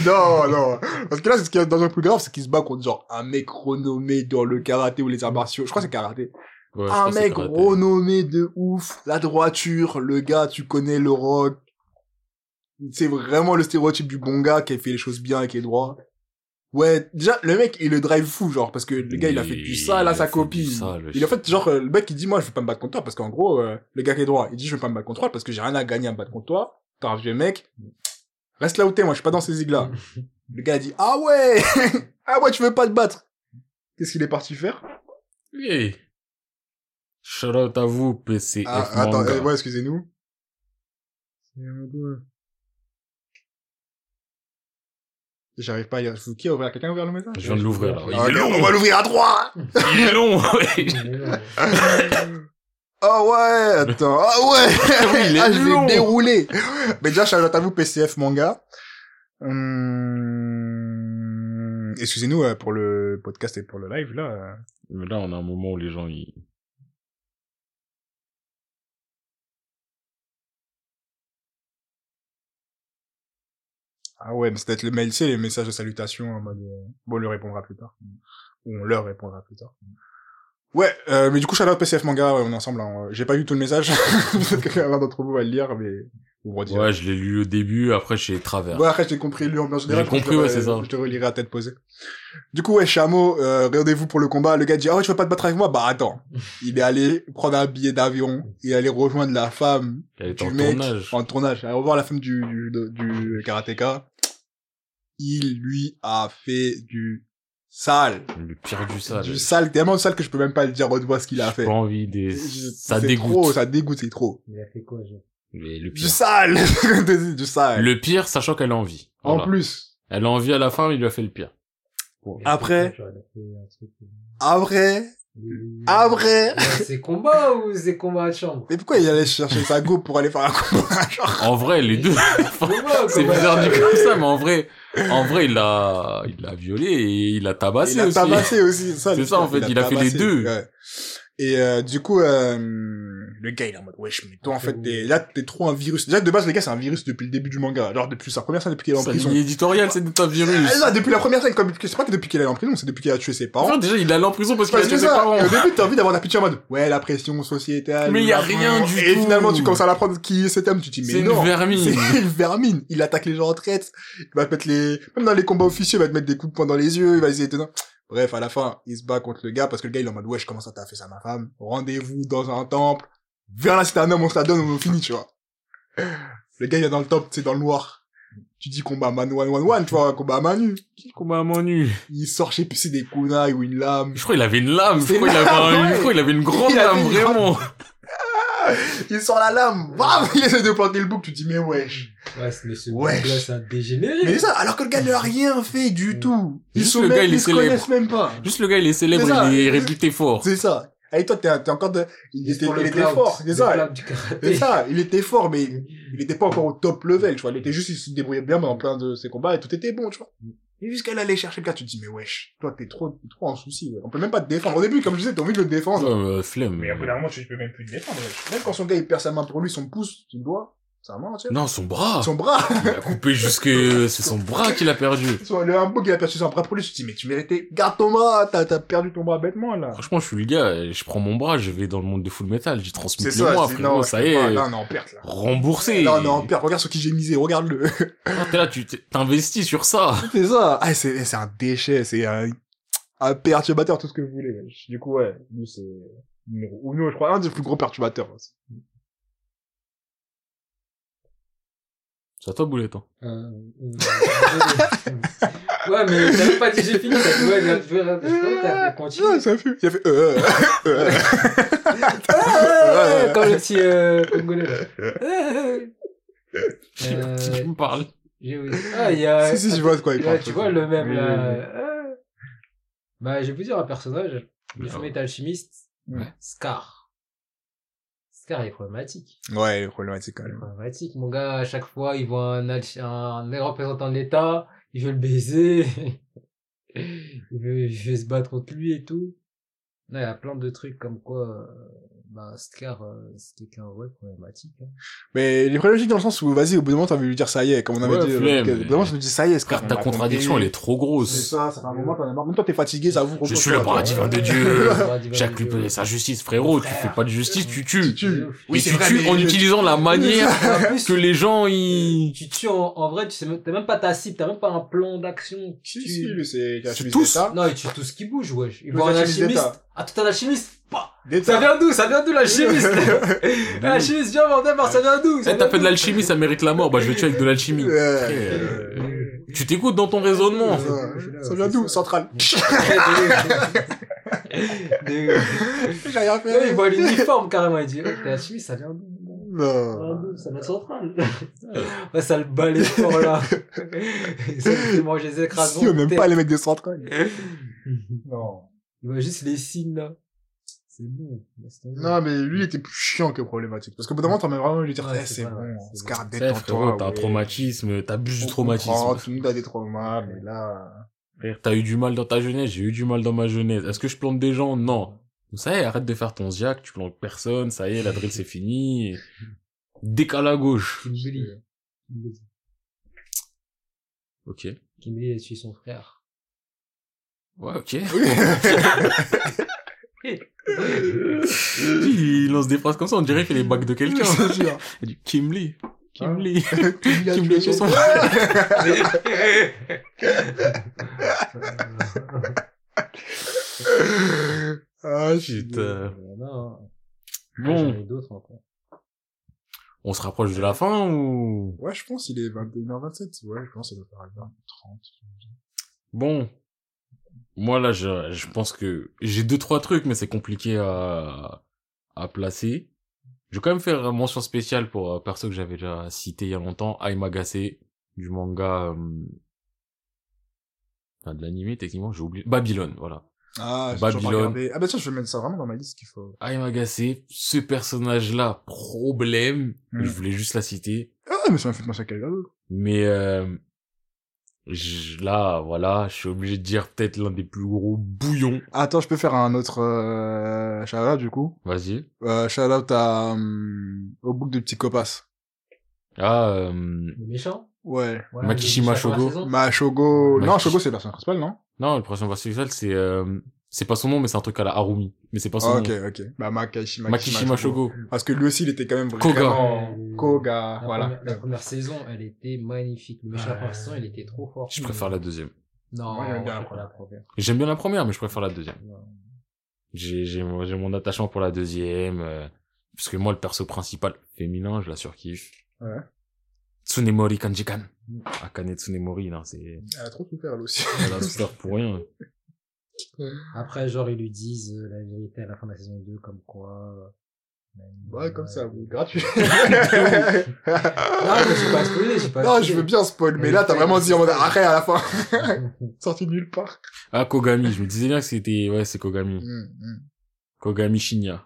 non, non. Parce que là, c'est ce qui est dans le plus grave, c'est qu'il se bat contre genre un mec renommé dans le karaté ou les arts martiaux. Je crois que c'est karaté.
Ouais, je
un
pense que
mec
t'as raté.
renommé de ouf, la droiture, le gars, tu connais le rock. C'est vraiment le stéréotype du bon gars qui a fait les choses bien et qui est droit. Ouais, déjà, le mec, il le drive fou, genre, parce que le gars, il a fait du
Il
sale à
a
sa
fait du
copine.
sale,
Il a fait, genre, euh, le mec, il dit, moi, je veux pas me battre contre toi, parce qu'en gros, euh, le gars qui est droit, il dit, je veux pas me battre contre toi, parce que j'ai rien à gagner à me battre contre toi. T'es un vieux mec. Reste là où t'es, moi, je suis pas dans ces
(laughs)
zigs-là. le gars, il dit, ah ouais! (laughs) ah ouais, tu veux pas te battre? Qu'est-ce qu'il est parti faire?
Hey. Shout out à vous, PCF
Ah, attends,
Manga.
euh, ouais, excusez-nous. C'est un doigt. J'arrive pas à lire. Vous qui a ouvert Quelqu'un a ouvert le message
Je viens de l'ouvrir, là. Il
Ah,
est
ok,
long.
On va l'ouvrir à trois
Il est long ouais.
Ah ouais Attends, ah ouais
Oui, (laughs) il est
Ah, je
long.
l'ai déroulé Mais déjà, shout out à vous, PCF Manga. Hum... Excusez-nous euh, pour le podcast et pour le live, là. euh.
Mais là, on a un moment où les gens, ils...
Ah ouais, mais c'est peut-être le mail, tu sais, les messages de salutation en mode euh, bon, on lui répondra plus tard. Ou on leur répondra plus tard. Ouais, euh, mais du coup, shout out PCF Manga, ouais, on est ensemble. hein. J'ai pas lu tout le message. (laughs) peut-être que quelqu'un d'entre vous va le lire, mais vous me redirez.
Ouais, je l'ai lu au début, après, j'ai travers.
Bon, après, j'ai compris, lui, en bien général.
J'ai
je te
compris, ouais, c'est
relirai-
ça.
Je te relirai à tête posée. Du coup, ouais, Chameau, euh, rendez-vous pour le combat. Le gars dit, ah ouais, tu veux pas te battre avec moi? Bah, attends. Il est allé prendre un billet d'avion. Il est allé rejoindre la femme
Elle est
du
en
mec
tournage.
en tournage. Allez revoir la femme du, du, de- du karatéka. Il lui a fait du sale.
Le pire du sale.
du sale, tellement sale que je peux même pas le dire haute voix ce qu'il a
J'ai
fait.
pas envie des...
Je-
Ça
c'est
dégoûte.
Trop, ça dégoûte, c'est trop.
Il a fait quoi, genre
Mais le
Du
pire.
sale! (laughs) du sale.
Le pire, sachant qu'elle a envie.
En
Voilà.
plus.
Elle a envie à la fin, mais il lui a fait le pire.
Après-
euh,
Après, Ah. après.
Ah. C'est combat ou c'est combat à
(laughs)
chambre
Mais pourquoi il allait chercher sa go pour aller (laughs) faire un combat genre
En vrai,
(laughs)
les deux. enfin,
Combat ou
c'est
combat à
bizarre
chambre
dit comme ça, mais en vrai, en vrai, il l'a, il l'a violé et il l'a tabassé
Il a
aussi.
tabassé aussi.
C'est
le
ça,
truc,
en fait, il a fait les
tabassé,
deux.
ouais. Et euh, du coup, euh, le gars, il est en mode, wesh, mais toi, en fait, t'es, là, t'es trop un virus. Déjà, de base, le gars, c'est un virus depuis le début du manga. Genre, depuis sa première scène, depuis qu'il est en
Sa
prison.
ligne éditoriale, c'est d'être un virus.
Ah, non, depuis la première scène, comme, c'est pas que depuis qu'il est en prison, c'est depuis qu'il a tué ses parents.
Enfin, déjà, il allé en prison parce qu'il a
Ah, Parce que
tué ses
ça, euh,
parents.
et au début, t'as envie d'avoir la pitié en mode, ouais, la pression sociétale.
Mais
le
y a
machin.
rien du
Et
tout.
finalement, tu commences à l'apprendre qui est cet homme, tu te dis,
C'est
mais
une
non.
vermine.
C'est (laughs) une vermine. Il attaque les gens en traite. Il va te mettre les, même dans les combats officiels, il va te mettre des coups de poing dans les yeux, il va essayer de te- Bref, à la fin, il se bat contre le gars parce que le gars, il est en mode, ouais, je commence à t'as fait ça, ma femme. Rendez-vous dans un temple. Viens là, si t'es un homme, on se la donne, on finit, tu vois. Le gars, il est dans le temple, c'est dans le noir. Tu dis combat man one one one, tu vois, combat à main nue.
Combat à main nue.
Il sort, je sais plus, c'est des kunai ou une lame.
Je crois qu'il avait une lame. Je
C'est
crois qu'il
une
avait,
lame,
un...
ouais.
je crois qu'il avait une grande
Il avait
lame,
une grande-
vraiment.
Il sort la lame, bam, il essaie de planter le bouc, tu dis, mais wesh.
Ouais, c'est- mais ce
Wesh.
mec-là, c'est un dégénéré.
Mais c'est ça, alors que le gars n'a rien fait du tout. Ils
Hmm. Juste
sont
le
même-
gars, il est
ils se
célèbre.
connaissent même pas.
Juste le gars, il est célèbre,
C'est ça.
il est réputé fort.
C'est ça. Et toi, t'es t'es encore de... Il
Juste
était,
pour
il
le
était
clout,
fort, c'est
le
ça.
clout du
C'est
karaté.
ça, il était fort, mais il il était pas encore au top level, tu vois. Il était juste, il se débrouillait bien dans plein de ses combats et tout était bon, tu vois. Et jusqu'à allait chercher le gars, tu te dis, mais wesh, toi, t'es trop, t'es trop en souci, ouais. On peut même pas te défendre. Au début, comme je disais, t'as envie de le défendre.
Euh, flemme.
Mais au bout d'un moment, tu peux même plus te défendre, wesh. Même quand son gars, il perd sa main pour lui, son pouce, son doigt, sa main entière,
Non, son bras.
son bras, (laughs)
Il a coupé jusque, c'est son bras qu'il a perdu.
son, le un qu'il a perdu son bras pour lui, tu te dis, mais tu méritais, garde ton bras, t'as, t'as perdu ton bras bêtement, là.
Franchement, je suis le gars, euh, je prends mon bras, je vais dans le monde de full metal, j'y transmute
C'est
le
ça,
moi,
c'est-
frérot,
non,
ça
je
y
peux pas.
est,
Là, on est en perte, là.
remboursé.
Là, on est en perte. Regarde sur qui j'ai misé, regarde-le.
Ah, T'es là, tu t'es- t'investis sur ça.
C'est ça. Ah, c'est, c'est un déchet, c'est un, un perturbateur, tout ce que vous voulez. wesh. Du coup, ouais, nous, c'est numéro, ou nous, je crois, un des plus gros perturbateurs. hein, aussi.
C'est à toi, Boulette. hein.
Euh, euh, ouais, mais t'avais pas dit j'ai fini, t'as dit ouais, regarde, je vais- je vais- t'as continué.
Ah, ça fume. Il a fait, euh, euh, euh.
Ah, Comme le petit euh,
(laughs)
congolais. là. Ah,
Je sais pas de qui
Euh,
tu me parles.
j'ai oublié. Ah, il y a.
si, si, je vois de quoi il
Là,
parle.
tu vois le même
Oui,
là.
oui,
Ah. Bah, je vais vous dire un personnage. Le film est alchimiste.
Ouais.
Scar. Scar est problématique.
oui. Ouais, il est problématique, quand même.
Problématique. Mon gars, à chaque fois, il voit un, alch- un représentant de l'État, il veut le baiser. (laughs) il, veut, il veut se battre contre lui et tout. Non, il y a plein de trucs comme quoi, euh, bah, Scar, euh, c'est quelqu'un, ouais, problématique. hein.
Mais il est problématique dans le sens où, vas-y, au bout d'un moment, t'as envie de lui dire ça y est, comme on avait
Ouais,
dit. euh,
flemme.
Au bout d'un moment, tu me dis ça y est, ce
Car ta contradiction, elle est trop
C'est
grosse.
ça, ça fait un moment, t'en as marre. Même toi, t'es fatigué, ça vous
Je suis le paradis
divin
de Dieu.
Le paradis divin
Jacques
de Dieu.
Lupin et sa justice, frérot, tu
Frère.
fais pas de justice, tu
Tu
tues.
tues.
Oui,
Oui,
tu
c'est vrai,
tues
mais-
en utilisant la manière
En plus,
que les gens, ils...
tu tues en, en vrai, tu sais même, t'as même pas ta cible, t'as même pas un plan d'action.
Si,
Tu-
si, mais c'est
C'est
alchimiste
tous.
d'État.
Non, il tue tout ce qui bouge, wesh. Il
Le
voit un
alchimiste
alchimiste.
d'État.
Ah, tout un alchimiste. Pah
D'État.
ça vient d'où Ça vient d'où l'alchimiste (laughs) L'alchimiste, viens, bordel, voir ça vient d'où
Eh,
Ça
t'as
vient
fait de
d'où
l'alchimie, ça mérite la mort. Bah, je vais tuer avec de l'alchimie.
Euh,
Euh,
Euh,
Tu t'écoutes dans ton raisonnement.
Ouais.
Ça vient d'où Central.
(laughs) De ouf.
(laughs) J'ai rien
Ouais, Il
fait.
voit l'uniforme carrément, il dit Oh, t'es alchimiste, ça vient d'où Ça vient
Non.
d'où Ça vient de centrale. Ouais, ça le bat les sports (laughs) là. Ça le fait manger les écrasons.
Si on n'aime
Terre.
pas les mecs de Central.
Il
Non.
voit juste les signes là. C'est bon. laisse tomber.
Non, mais lui, il était plus chiant que problématique. Parce qu'au bout d'un moment, t'en mets vraiment lui dire,
Ouais,
Eh,
c'est
c'est
vrai, ouais,
bon,
c'est
Scar,
Eh, frérot,
détends-toi.
t'as un
ouais.
traumatisme, t'abuses
On
du
comprend,
traumatisme.
Tout le monde a des traumas, mais là.
Frère, T'as eu du mal dans ta jeunesse, j'ai eu du mal dans ma jeunesse. Est-ce que je plante des gens Non. Donc, Ça y est, arrête de faire ton ziac, tu plantes personne, ça y est, la drill c'est fini. Décale à gauche.
Kimberly. Kimberly.
Ok.
Kimberly, elle suit son
(laughs)
frère.
Ouais, ok.
Oui.
(laughs)
Ah
Il lance des phrases comme ça, on dirait qu'il est bac de
(laughs)
quelqu'un.
Je te jure.
Il dit Kim Lee.
Ah. (laughs)
Kim Lee.
Kim
Kim
Lee a
Lee
tué
son
son- Ah, putain.
Putain.
Non. hein. J'en
Bon,
ai d'autres encore.
on se rapproche de la fin ou...
Ouais, je pense, il est 21h27. Ouais, je pense, ça doit faire 20h30.
Bon. Moi, là, je, je pense que j'ai deux, trois trucs, mais c'est compliqué à, à placer. Je vais quand même faire une mention spéciale pour un perso que j'avais déjà cité il y a longtemps, Aimagase, du manga euh, Enfin, de l'animé, techniquement, j'ai oublié. Babylone, voilà.
Ah, j'ai
Babylone.
toujours pas regardé. Ah, bah tiens, je vais mettre ça vraiment dans ma liste qu'il faut.
Aimagase, ce personnage-là, problème.
Mm.
Je voulais juste la citer.
Ah, mais ça m'a fait penser à quelqu'un d'autre.
Mais euh, je- là, voilà, je suis obligé de dire peut-être l'un des plus gros bouillons.
Attends, je peux faire un autre euh, shout-out du coup.
Vas-y.
Euh, shout-out à, hum, au book de Psychopass.
Ah, euh,
Le méchant
Ouais.
Voilà,
Makishima
j'ai vu ça la première
Shogo.
saison.
Bah, Shogo.
Ouais.
Non, Shogo, c'est le personnage principal, non
non, le prochain personnage sexuel, c'est... euh, c'est pas son nom, mais c'est un truc à la Harumi. Mais c'est pas son
Ah,
nom.
Ok, ok. Bah, Makishima,
Makishima Shogo.
Parce que lui aussi, il était quand même vraiment...
Koga.
(laughs) Euh,
Koga,
La
voilà.
première- la première saison, elle était magnifique. Le méchant, la première saison, il était trop fort.
Je préfère la deuxième.
Non,
Moi, j'aime bien
je
la
préfère la première.
J'aime bien la première, mais je préfère la deuxième. J'ai j'ai mon j'ai mon attachement pour la deuxième. euh, parce que moi, le perso principal féminin, je la surkiffe.
Ouais. Mm.
Tsunemori Kanjikan. Akane Tsunemori, non, c'est...
Elle a trop souffert, elle aussi.
Elle a souffert pour rien.
Après, genre, ils lui disent euh, la vérité à la fin de la saison 2, comme quoi. euh,
Ouais, comme ça, oui, gratuit.
(laughs) Non, mais j'ai pas spoilé, j'ai pas
Non,
spoilé.
je veux bien spoil, mais
Bah, Elle
là,
fait-
t'as vraiment dit en mode arrêt à la fin. (laughs)
(laughs)
Sorti de nulle part.
Ah, Kogami, je me disais bien que c'était... Ouais, c'est Kogami.
Mm,
Kogami Shinya.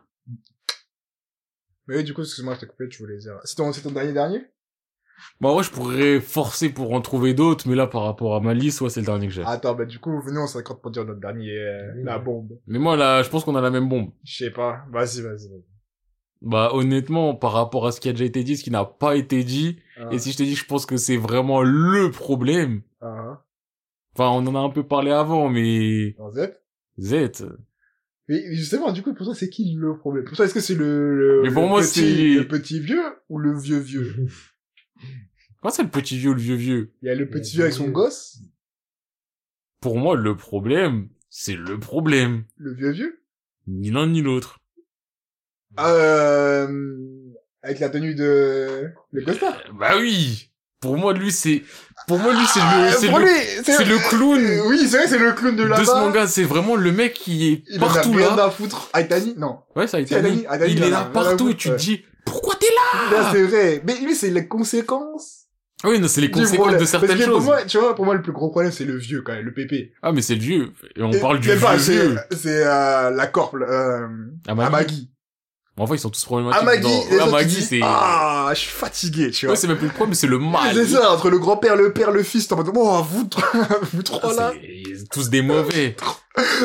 Mais oui, du coup, excuse-moi, je t'ai coupé, tu voulais dire. C'est ton, c'est ton dernier dernier?
Bah ouais, je pourrais forcer pour en trouver d'autres, mais là, par rapport à ma liste, ouais, c'est le dernier que j'ai.
Attends, bah, du coup, venez, on s'accorde pour dire notre dernier, euh,
Oui.
(laughs) la bombe.
Mais moi, là, je pense qu'on a la même bombe.
Je sais pas. Vas-y, vas-y. vas-y.
Bah, honnêtement, par rapport à ce qui a déjà été dit, ce qui n'a pas été dit,
Ah,
et si je te dis que je pense que c'est vraiment le problème,
ah,
enfin, on en a un peu parlé avant, mais...
dans Z.
Z.
Mais justement, du coup, pour toi, c'est qui le problème? Pour toi, est-ce que c'est le, le,
Mais pour
le
moi,
petit,
c'est-
le petit vieux ou le vieux vieux?
Comment c'est le petit vieux, le vieux vieux
Il y a le
le
petit vieux avec son
vieux.
gosse,
Pour moi, le problème, c'est le problème.
le vieux vieux.
Ni l'un ni l'autre.
Euh, avec la tenue de, le costard.
Euh, Bah oui Pour moi, lui, c'est... Pour moi, lui, c'est le...
Ah,
Euh, c'est
pour
le-
lui,
c'est le clown
Oui, c'est vrai, c'est le clown de
de ce
là-bas.
manga, c'est vraiment le mec qui est
Il en a
partout
rien
là.
à foutre. Ah, Aitani, non.
Ouais, ça a été
Si, Adani-
dit.
Adani,
il
il en
est
a
là
rien à
partout
foutre,
et tu
ouais.
te dis pourquoi t'es là
Là, c'est vrai. Mais lui, c'est les conséquences.
Ah Oui, non, c'est les
du
conséquences
problème.
de certaines
Parce que Pour
choses.
moi, tu vois, pour moi, le plus gros problème, c'est le vieux, quand même, le pépé.
Ah mais c'est le vieux. Et on
Et-
parle du
mais
vieux.
pas, c'est-
vieux.
C'est, euh, la corple, euh,
Ah, Maggie.
Amagi.
Mais Enfin ils sont tous problématiques.
Amagi,
dans-
Ah, les autres,
Amagi,
tu dis,
c'est.
Ah, je suis fatigué, tu vois.
Ouais c'est même plus le problème, c'est le mal.
C'est ça, entre le grand-père, le père, le fils, t'es en mode, oh, vous, trois- (laughs) vous trois là.
Ah, C'est tous des mauvais.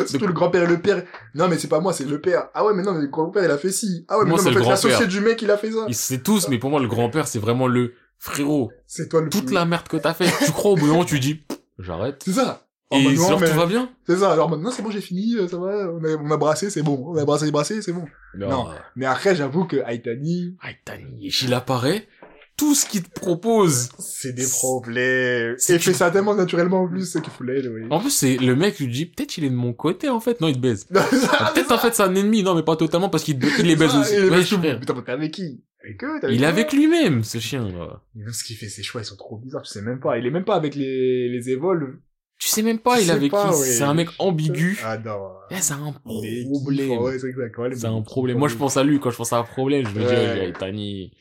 Surtout le grand-père et le père. Non, mais c'est pas moi, c'est le père. Ah ouais, mais non, mais le grand-père, il a fait ci. Ah ouais, mais
Moi,
non,
c'est
mais en
le
fait, l'associé
grand-père.
du mec, il a fait ça.
Ils- C'est tous, mais pour moi le grand-père c'est vraiment le frérot.
C'est toi le
Toute
plus-
la merde que t'as fait, tu crois au bout d'un moment tu dis j'arrête.
C'est ça. En
Et
mode, Oh, bah non,
genre
mais-
tout va bien
C'est ça, alors maintenant c'est bon, j'ai fini, euh, ça va, on a, on a brassé, c'est bon, on a brassé, brassé, c'est bon. Non.
euh,
Mais après, j'avoue que Aitani,
Aitani, il apparaît. Tout ce qu'il te propose,
c'est
des
problèmes.
C'est
Et il
du-
fait ça tellement naturellement en plus, c'est qu'il faut l'aider, oui.
En plus, c'est le mec, il dit, peut-être il est de mon côté, en fait. Non, il te baise.
(laughs) Non, c'est ça,
Ah, peut-être, en fait, c'est un ennemi. Non, mais pas totalement, parce qu'il il les baise
ça,
aussi.
il est
Ouais,
avec tout.
frère.
Mais t'as- t'es avec qui Avec eux, t'es
Il est
eux
avec lui-même, ce chien, là.
Mais même ce qu'il fait, ses choix, ils sont trop bizarres, tu sais même pas. Il est même pas avec les, les évols.
Tu sais même pas,
Tu
il est
sais
avec
pas,
qui.
ouais.
C'est un mec ambigu.
Ah non.
Là, c'est un
Il est-
problème.
Ouais, c'est exact, ouais, le
C'est
mec.
un problème. Moi, je pense à lui. Quand je pense à un problème, je me dis,
Ouais.
oh, Aitani.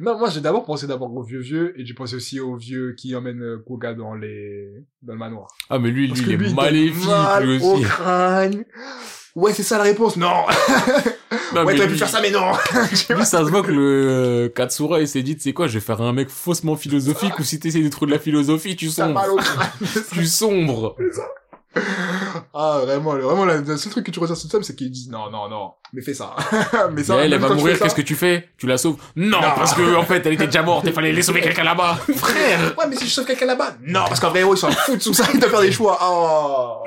Non, moi j'ai d'abord pensé d'abord au vieux vieux et j'ai pensé aussi au vieux qui emmène euh, Koga dans les dans le manoir.
Ah, mais lui, lui,
Parce que
il
lui,
est
il
maléfique,
donne
lui
mal au
aussi.
crâne. Ouais, c'est ça la réponse. Non.
Non,
ouais,
mais
t'aurais
lui-
pu faire ça, mais non. Tu vois
Lui, ça se voit que le euh, Katsura, il s'est dit, tu sais quoi, je vais faire un mec
(laughs)
faussement philosophique, ou si t'essayes de trouver de la philosophie, tu
T'as mal
sombres.
au crâne. (laughs)
Tu sombres.
ah, vraiment, le- vraiment, la- le seul truc que tu retiens sur Tom, c'est qu'ils disent non, non, non, mais fais ça. (laughs) mais ça,
Et elle,
même
elle va
quand tu
mourir,
fais ça-
qu'est-ce que tu fais Tu la sauves
Non.
non, parce que en fait, elle était déjà morte, il fallait aller sauver quelqu'un là-bas. Frère
Ouais, mais si je sauve quelqu'un là-bas. Non, parce qu'en vrai, héros, ils s'en foutent de tout ça, ils doivent faire des choix. Oh.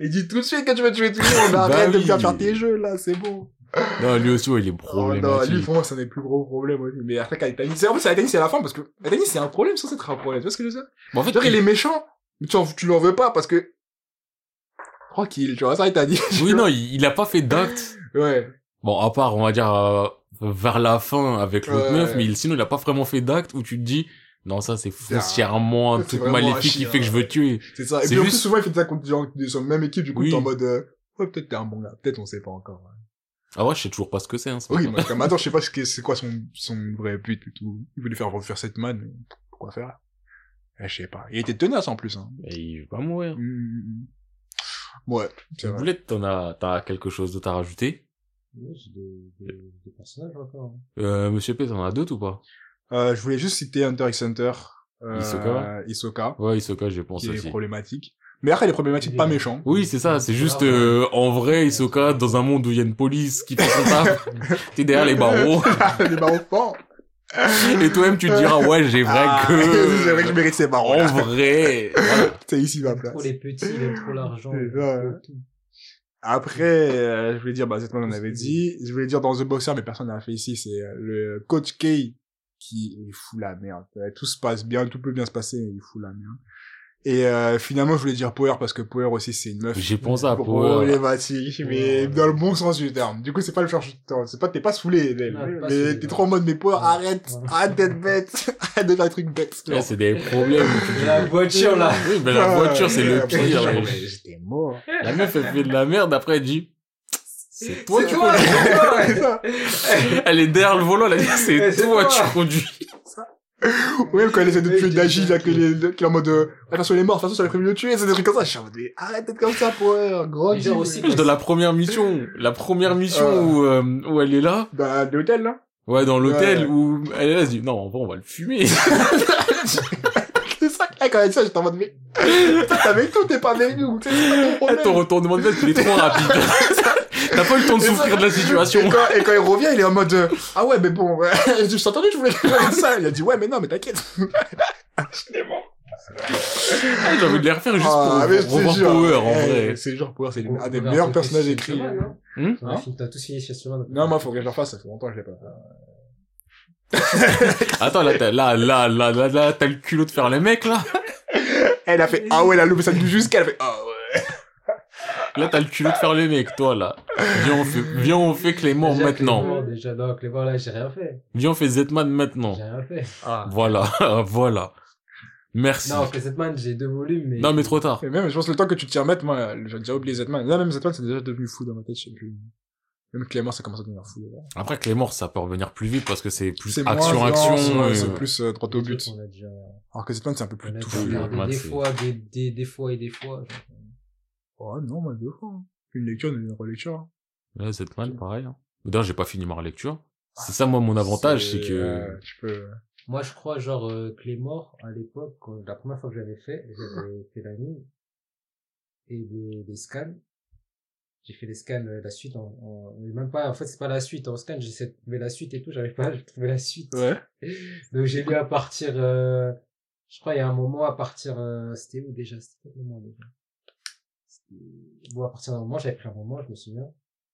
Il dit tout de suite que tu vas tuer tout le monde.
Bah
Arrête de
oui.
me faire faire tes jeux, là, c'est bon.
(laughs) Non, lui aussi, ouais, il est
Oh non, lui,
problématique.
pour moi, c'est un des plus gros problèmes. aussi. Mais après, Kaitani, c'est en fait, Kaitani, c'est à la fin parce que Kaitani, c'est un problème sans être un problème. Tu vois ce que je veux dire
Bon, en fait,
Genre, il est méchant, mais tu, en- tu l'en veux pas parce que. Tranquille, tu vois, ça, Kaitani. tu
oui,
vois.
non, il, il a pas fait d'acte.
(laughs) Ouais.
Bon, à part, on va dire, euh, vers la fin avec l'autre
Ouais.
meuf, mais il- sinon, il a pas vraiment fait d'acte où tu te dis, non, ça, c'est
un-
foncièrement un
c'est
truc
vraiment un
maléfique qui
chien,
fait que je veux tuer.
C'est ça. Et
C'est
puis, en plus,
juste-
souvent, il fait ça contre des gens de son même équipe, du coup,
Oui.
t'es en mode. euh, Ouais, peut-être t'es un bon gars, peut-être on sait pas encore. hein. ouais.
Ah ouais, je sais toujours pas ce que c'est, hein, ce
Oui,
mec.
mais comme, attends, je sais pas ce qu'est- c'est quoi son, son vrai but et tout. Il voulait faire refaire cette man, mais pourquoi faire Eh, Je sais pas. Il était tenace en plus. Hein.
Et il va mourir.
Mm. Ouais, c'est vrai.
Boulette, t'en as, t'as quelque chose d'autre à rajouter
Oui, j'ai des, des, des personnages encore. hein.
euh, Monsieur P, t'en as d'autres ou pas
Euh, je voulais juste citer Hunter x Hunter. Euh,
Hisoka
Hisoka,
Ouais, Isoka, j'ai pensé
qui est
aussi.
problématique. Mais après, il est problématique, pas (laughs) méchant.
Oui, c'est ça, c'est juste euh, en vrai, Isoka, dans un monde où il y a une police qui fait son taf, (laughs) t'es derrière les barreaux,
les barons forts.
et toi-même tu te diras, ouais, j'ai vrai
Ah, (laughs) c'est vrai que je
que...
mérite ces barons. (laughs)
En vrai, voilà.
C'est ici ma place.
Trop les petits, il aime trop l'argent.
C'est
il
ça,
aime
ouais.
trop tout.
Après, euh, je voulais dire, bah, Zetman, on avait dit. Je voulais dire dans The Boxer, mais personne n'a fait ici, c'est euh, le coach K qui il fout la merde. Euh, Tout se passe bien, tout peut bien se passer, mais il fout la merde. Et euh, finalement, je voulais dire Power parce que Power aussi, c'est une meuf.
j'ai pensé à Ah, Power.
Problématique, mais dans le bon sens du terme. Du coup, c'est pas le cherche c'est pas, t'es pas saoulé d'elle.
Non, t'es pas
mais
saoulé,
t'es
non.
trop en mode, mais Power,
Ouais.
arrête,
Ouais.
arrête d'être bête, (laughs) arrête de faire un truc bête.
Ouais, Eh, c'est des
(laughs)
problèmes.
Et La voiture là.
Oui, mais la
Ouais,
voiture, c'est
ouais, Ah,
le
la
pire.
voiture,
la-
mais J'étais mort.
La meuf, elle fait de la merde, après elle
(laughs)
dit, c'est toi
C'est
qui
toi,
conduis.
c'est toi, ouais.
C'est ça.
Elle est derrière le volant, elle a dit,
Eh,
c'est
C'est
toi
toi.
tu conduis.
Ou même quand elle essaie de
Mec,
tuer
t'es
Daji, là,
dingue.
qu'il est, qu'il est en mode, euh, attention, il est mort, de toute façon, j'avais prévu de le tuer, c'est des trucs comme ça. Je suis en mode, mais arrête d'être comme ça, Power, gros.
Et genre aussi,
Dans la première mission, la première mission
Euh.
où, euh, où elle est là,
Dans la- Bah, de l'hôtel, là. (laughs)
ouais, dans l'hôtel,
Ouais.
où elle est là, elle se dit, non, en vrai, on va le fumer.
C'est ça, là, quand elle dit ça, j'étais en mode, mais, (laughs) t'es avec nous, t'es pas avec nous, c'est pas ton
Ah, Ton
problème.
retournement de veste, il est trop
(laughs)
rapide. T'as pas eu le temps de
Et ça-
souffrir de la situation.
Et quand, et quand il revient, il est en mode, euh, ah ouais, mais bon, ouais. (laughs) je t'ai entendu, je voulais faire ça. Il a dit, ouais, mais non, mais
(laughs)
t'inquiète.
(laughs) J'ai envie de les refaire juste
Ah, mais je te
pour revoir
jure.
Power, en
Eh,
vrai.
C'est genre Power, c'est
On
un des
verra
meilleurs
peut-être
personnages
chez
écrits.
Sylvain, non
Hum
On a fini- T'as tous fini chez Sylvain. donc.
Non, moi, faut que je le refasse, ça fait longtemps que je l'ai pas fait.
Attends, là, t'as- là, là, là, là, là, t'as le culot de faire les mecs, là.
Elle a fait, ah ouais, elle a loupé ça du jusqu'à, elle a fait, ah ouais.
Là, t'as le culot de faire les mecs, toi, là. Viens, on fait, viens, on fait Clément
Déjà,
maintenant.
Clément, Déjà, non, Clément là, j'ai rien fait.
Viens, on fait Zetman maintenant.
J'ai rien fait.
Voilà, (laughs) voilà. Merci.
Non, Presetman, j'ai deux volumes, mais.
Non, mais trop tard.
Et même, je pense que le temps que tu t'y remettes, moi, j'ai déjà oublié Zetman. Là, même Zetman, c'est déjà devenu fou dans ma tête, je sais plus. Même Clément, ça commence à devenir fou. là.
Après, Clément, ça peut revenir plus vite parce que c'est plus
C'est moins
action,
lent,
action.
ouais,
euh,
C'est plus euh, droit au but.
On a déjà,
Alors que Zetman, c'est un peu plus
on a
tout
déjà
fou.
regardé.
regardé
Moi,
des
c'est-
fois, des, des, des fois et des fois.
Oh non, moi, deux fois. hein. Une lecture, une relecture. hein.
Ouais, Zetman, pareil. hein. D'ailleurs, j'ai pas fini ma relecture. C'est ça, moi, mon avantage, c'est que.
euh, tu peux...
Moi, je crois, genre, euh, Clémor, à l'époque, quand- la première fois que j'avais fait, j'avais fait l'anime et des, des scans. J'ai fait des scans, euh, la suite, en, en- mais même pas, en fait, c'est pas la suite, en scan, j'essayais de trouver la suite et tout, j'avais pas trouvé la suite.
Ouais. (laughs)
Donc, j'ai lu à partir, euh, je crois, il y a un moment, à partir, euh, c'était où déjà? C'était quoi le moment déjà? C'était- Bon, à partir d'un moment, j'avais pris un moment, je me souviens.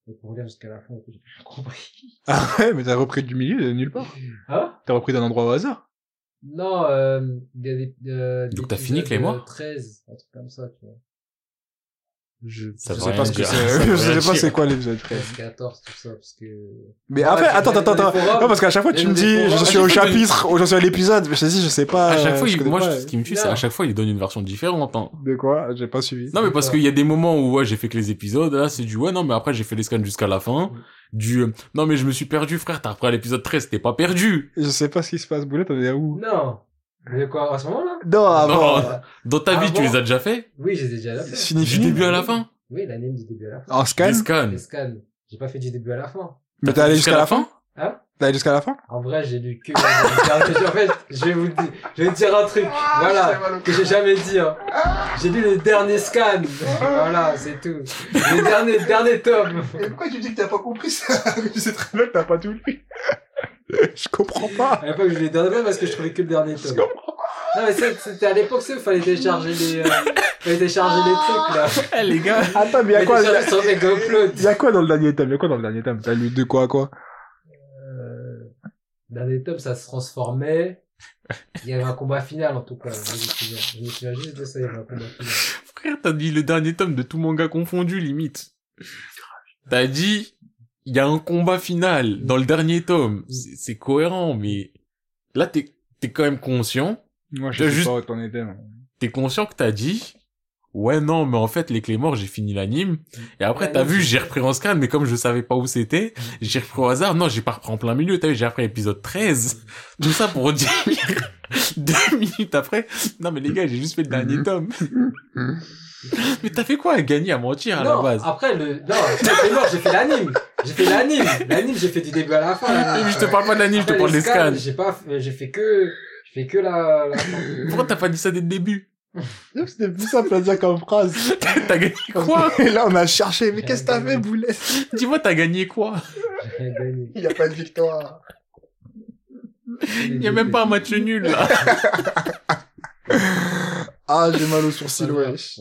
Et pour lire jusqu'à la fin, et tout, j'ai rien compris.
Ah ouais, mais t'as repris du milieu de nulle part.
Hein?
T'as repris d'un endroit au hasard.
Non, euh, il y a des, euh,
Donc
des
t'as fini,
épisodes,
Clément
euh, 13, un truc comme ça, tu vois.
Je, je
Ça veut
sais
rien
pas ce que
dire.
c'est.
Ça (laughs)
(laughs)
veut
Je sais
rien
pas
dire.
c'est quoi l'épisode 13.
13, 14, tout ça, parce que...
Mais
Ouais,
après,
tu
Ah, attends,
fais
attends,
des
attends.
forums.
Non, parce qu'à chaque fois, tu
Des
me dis,
forums.
je
À
suis
chaque
(laughs) au
fois, tu me dis-
chapitre, ou je suis à l'épisode, mais je te dis, je sais pas.
À chaque
euh,
fois,
je
il-
connais
moi,
pas.
je- ce qui me tue, c'est à
Non.
chaque fois, il donne une version différente. hein.
De quoi J'ai pas suivi.
Non, mais
C'est
parce
quoi
qu'il y a des moments où, ouais, j'ai fait que les épisodes. Là, c'est du, ouais, non, mais après, j'ai fait les scans jusqu'à la fin.
Ouais.
Du, euh, non, mais je me suis perdu, frère. T'as repris à l'épisode 13, t'es pas perdu.
Je sais pas ce qui se passe, Boulette, on est à où
Non Mais quoi, à ce moment-là
Non, avant.
Non. Dans ta
Ah
vie,
bon
tu les as déjà fait?
Oui, j'ai déjà la fin.
Fini,
Du
fini.
début à la fin?
Oui, l'anime du début à la fin.
En scan
Les scans.
Les scans, j'ai pas fait du début à la fin.
Mais t'es allé jusqu'à la fin
Hein
T'es allé jusqu'à la fin
En vrai, j'ai lu que... en fait, je vais vous dire, je vais vous dire un truc, voilà, que j'ai jamais dit. Hein. J'ai lu les derniers scans, voilà, c'est tout. Les derniers, derniers tomes.
pourquoi tu dis que t'as pas compris ça (laughs) Je sais très bien que t'as pas tout
(laughs)
lu. je comprends pas.
À l'époque, je les donnais parce que je trouvais que le dernier tome. Non, mais c'est- c'était à l'époque, c'est où fallait décharger les, euh, fallait décharger les trucs, là.
Eh, les gars.
Attends, mais y'a
Ah. Mais
quoi
déjà, sur (laughs) les GoPlots.
Y'a quoi dans le dernier tome Y'a quoi dans le dernier tome T'as lu de quoi à quoi
Euh, dernier tome, ça se transformait. Il y avait un combat final, en tout cas. Je me souviens, je me souviens juste de ça, il y avait un combat final.
Frère, t'as dit le dernier tome de tout manga confondu, limite. T'as dit, il y a un combat final dans le dernier
Mm.
tome. C'est c'est cohérent, mais là, t'es, t'es quand même conscient.
Moi,
je sais pas
où t'en étais.
T'es conscient que t'as dit, ouais, non, mais en fait, les clés morts, j'ai fini l'anime. Et après,
Ouais,
t'as
non,
vu,
c'est-
j'ai repris en scan, mais comme je savais pas où c'était, j'ai repris au hasard. Non, j'ai pas repris en plein milieu, t'as vu, j'ai repris épisode 13. Tout ça pour dire, (laughs) deux minutes après, non, mais les gars, j'ai juste fait le dernier
Mhm.
tome. mais t'as fait quoi à gagner, à mentir, (laughs) à la
non,
base?
après, le... non, après, c'est mort, j'ai fait l'anime. J'ai fait l'anime. L'anime, j'ai fait du début à la fin.
Et je te parle pas de l'anime, je te
Après, Ah,
parle
les
des
scans,
scans.
J'ai pas, fait- j'ai fait que, j'ai fait que la, la...
Pourquoi t'as pas dit ça dès le début?
C'était plus simple à dire comme phrase.
T'as gagné
(laughs)
quoi?
Et là, on a cherché. Mais qu'est-ce que t'as fait, Boulet (laughs)
Dis-moi, t'as gagné quoi?
Il n'y a pas de victoire.
Il
Il y a même pas un match nul, là.
Ah, j'ai mal aux sourcils, wesh.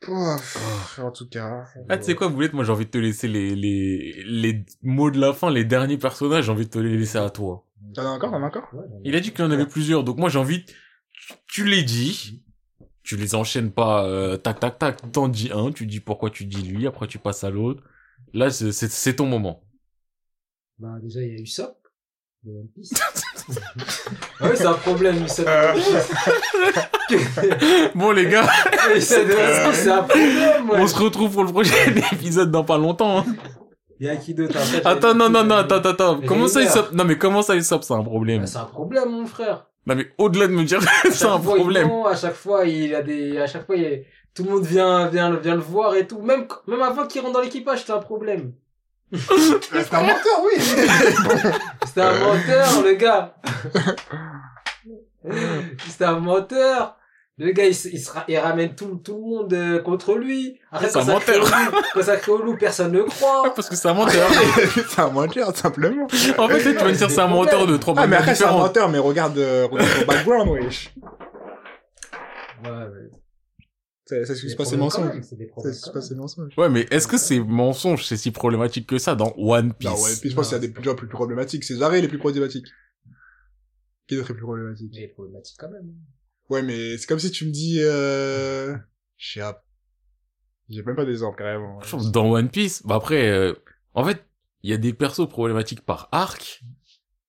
Pouf. En tout cas. euh,
Ah, tu sais quoi, Boulette, moi j'ai envie de te laisser les, les, les mots de la fin, les derniers personnages, j'ai envie de te les laisser à toi.
T'en as encore, t'en as encore
Il a dit qu'il en avait plusieurs, donc moi j'ai envie, tu, tu les dis, tu les enchaînes pas, euh, tac tac tac, t'en dis un, tu dis pourquoi tu dis lui, après tu passes à l'autre. Là, c'est- c'est c'est ton moment.
Bah, déjà, il y a Usopp. de One Piece. Ah ouais, c'est un problème, Usopp.
Euh. Ah.
de
(laughs) Bon les gars,
(laughs) Usopp de One Piece, c'est un problème, ouais.
Euh, on se retrouve pour le prochain (laughs) épisode dans pas longtemps. hein.
Il y a qui d'autre après, j'ai-
Attends, non, non, non, attends, attends, attends.
Mais
Comment ça il
River.
s'op- Non mais comment ça il s'op, c'est un problème.
Bah, C'est un problème, mon frère.
Non mais au-delà de me dire (laughs) que (laughs) c'est
Chaque
un
fois, il
problème.
ment, À chaque fois, il a des, à chaque fois, il- tout le monde vient, vient, vient le voir et tout. Même, même avant qu'il rentre dans l'équipage, c'était un problème.
C'est un menteur, oui (laughs)
C'était
Euh.
un menteur, le
(laughs)
gars. C'était un menteur. Le gars, il, se- il, se ra- il ramène tout, tout le monde euh, contre lui. Après,
C'est un
quand ça crée au
menteur.
loup- quand ça crée au loup, personne ne
(laughs)
croit.
Parce que c'est un menteur.
C'est un menteur, simplement.
En fait, tu vas me dire c'est un menteur de trois
Ah, mais
manières
après, c'est un
différentes.
menteur, mais regarde, euh, regarde son background, wesh.
Ouais, mais-
C'est c'est ce qui se passe, c'est
des problèmes quand
mensonge.
même, C'est des
C'est
problèmes
ce qui se
quand
passe, c'est mensonge.
Ouais, mais est-ce que ces mensonges, c'est si problématique que ça dans One Piece
Non, Bah ouais, puis je pense qu'il y a des jobs plus problématiques. C'est Zaré les plus problématiques. Qui d'autre est plus
même.
problématique
J'ai des problématiques quand même.
Ouais, mais c'est comme si tu me dis, euh... Je sais pas. J'ai même pas d'exemple, carrément.
Je pense Dans One Piece, bah après, euh, en fait, il y a des persos problématiques par arc.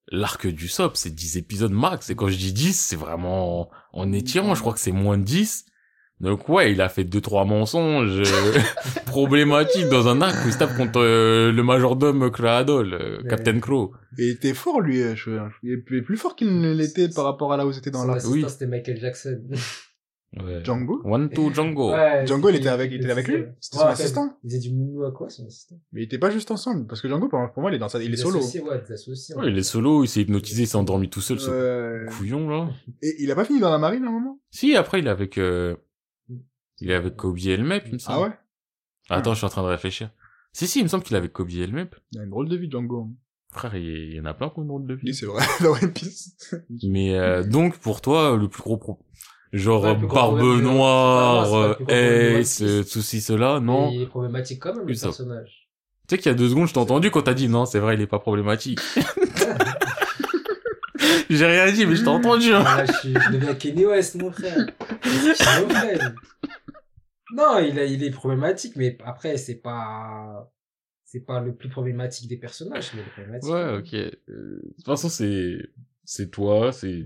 L'arc du SOP, c'est 10 épisodes max. Et quand je dis 10, c'est vraiment en étirant. Je crois que c'est moins de 10. Donc ouais, il a fait deux trois mensonges euh, (laughs) problématiques dans un arc où il se tape contre euh, le majordome Cradle,
Mais-
Captain Crow.
Et il était fort, lui, euh, je Il est plus- plus fort qu'il ne l'était par rapport à là où c'était dans
Son
la...
assistant,
oui.
C'était Michael Jackson.
Ouais.
Django
One to Django.
Ouais,
Django, il
c'est-
était avec, il était avec lui.
Ouais,
C'était son
ouais,
assistant.
Il faisait du mou à quoi, son assistant
Mais il était pas juste ensemble. Parce que Django, pour pour moi, il est dans sa, il est
Des
solo.
associés, ouais, des associés,
Ouais, il est solo, il s'est hypnotisé, il s'est endormi tout seul, ce
Euh,
couillon là.
et il a pas fini dans la marine à un moment?
Si, après, il est avec... euh, Il est avec Kobe et Elmep, il me semble.
Ah ouais?
Attends, je suis en train de réfléchir. Si, si, il me semble qu'il est avec Kobe et Elmep.
Il a une drôle de vie, Django. hein.
Frère, il il y en a plein qu'on demande de
Oui,
vie.
c'est vrai, (laughs) dans One Piece.
Mais euh, donc, pour toi, le plus gros... pro- Genre
Ouais, le
euh,
plus gros
Barbe
problème, euh,
Noire,
c'est pas- c'est pas
euh,
le plus gros problème de
Ace,
One Piece.
euh, ceci, cela, non.
Mais Il est problématique quand même, le
Usopp.
personnage.
Tu sais qu'il y a deux secondes, je t'ai entendu quand t'as dit non, c'est vrai, il est
(laughs)
pas problématique. J'ai rien dit, mais je t'ai entendu. hein.
Ah, là, je, suis- je deviens Kenny West, mon frère. Schizophrène. Non, il, a- il est problématique, mais après, c'est pas. C'est pas le plus problématique des personnages, mais le problématique.
Ouais, ok. Euh, de toute façon, c'est, c'est toi, c'est,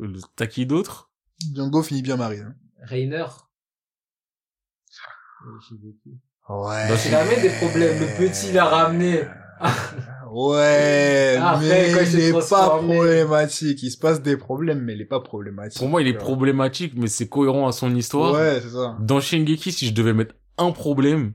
Euh, t'as qui d'autre?
Django finit bien marine. hein.
Rainer. Euh,
Ouais.
Bah,
Il ramène des problèmes. Le petit l'a ramené.
(laughs)
Ah,
Ouais,
Après, quand
mais
il
il
s'est
est pas
transformé.
problématique. Il se passe des problèmes, mais il est pas problématique.
Pour moi, il est problématique, mais c'est cohérent à son histoire.
Ouais, c'est ça.
Dans Shingeki, si je devais mettre un problème,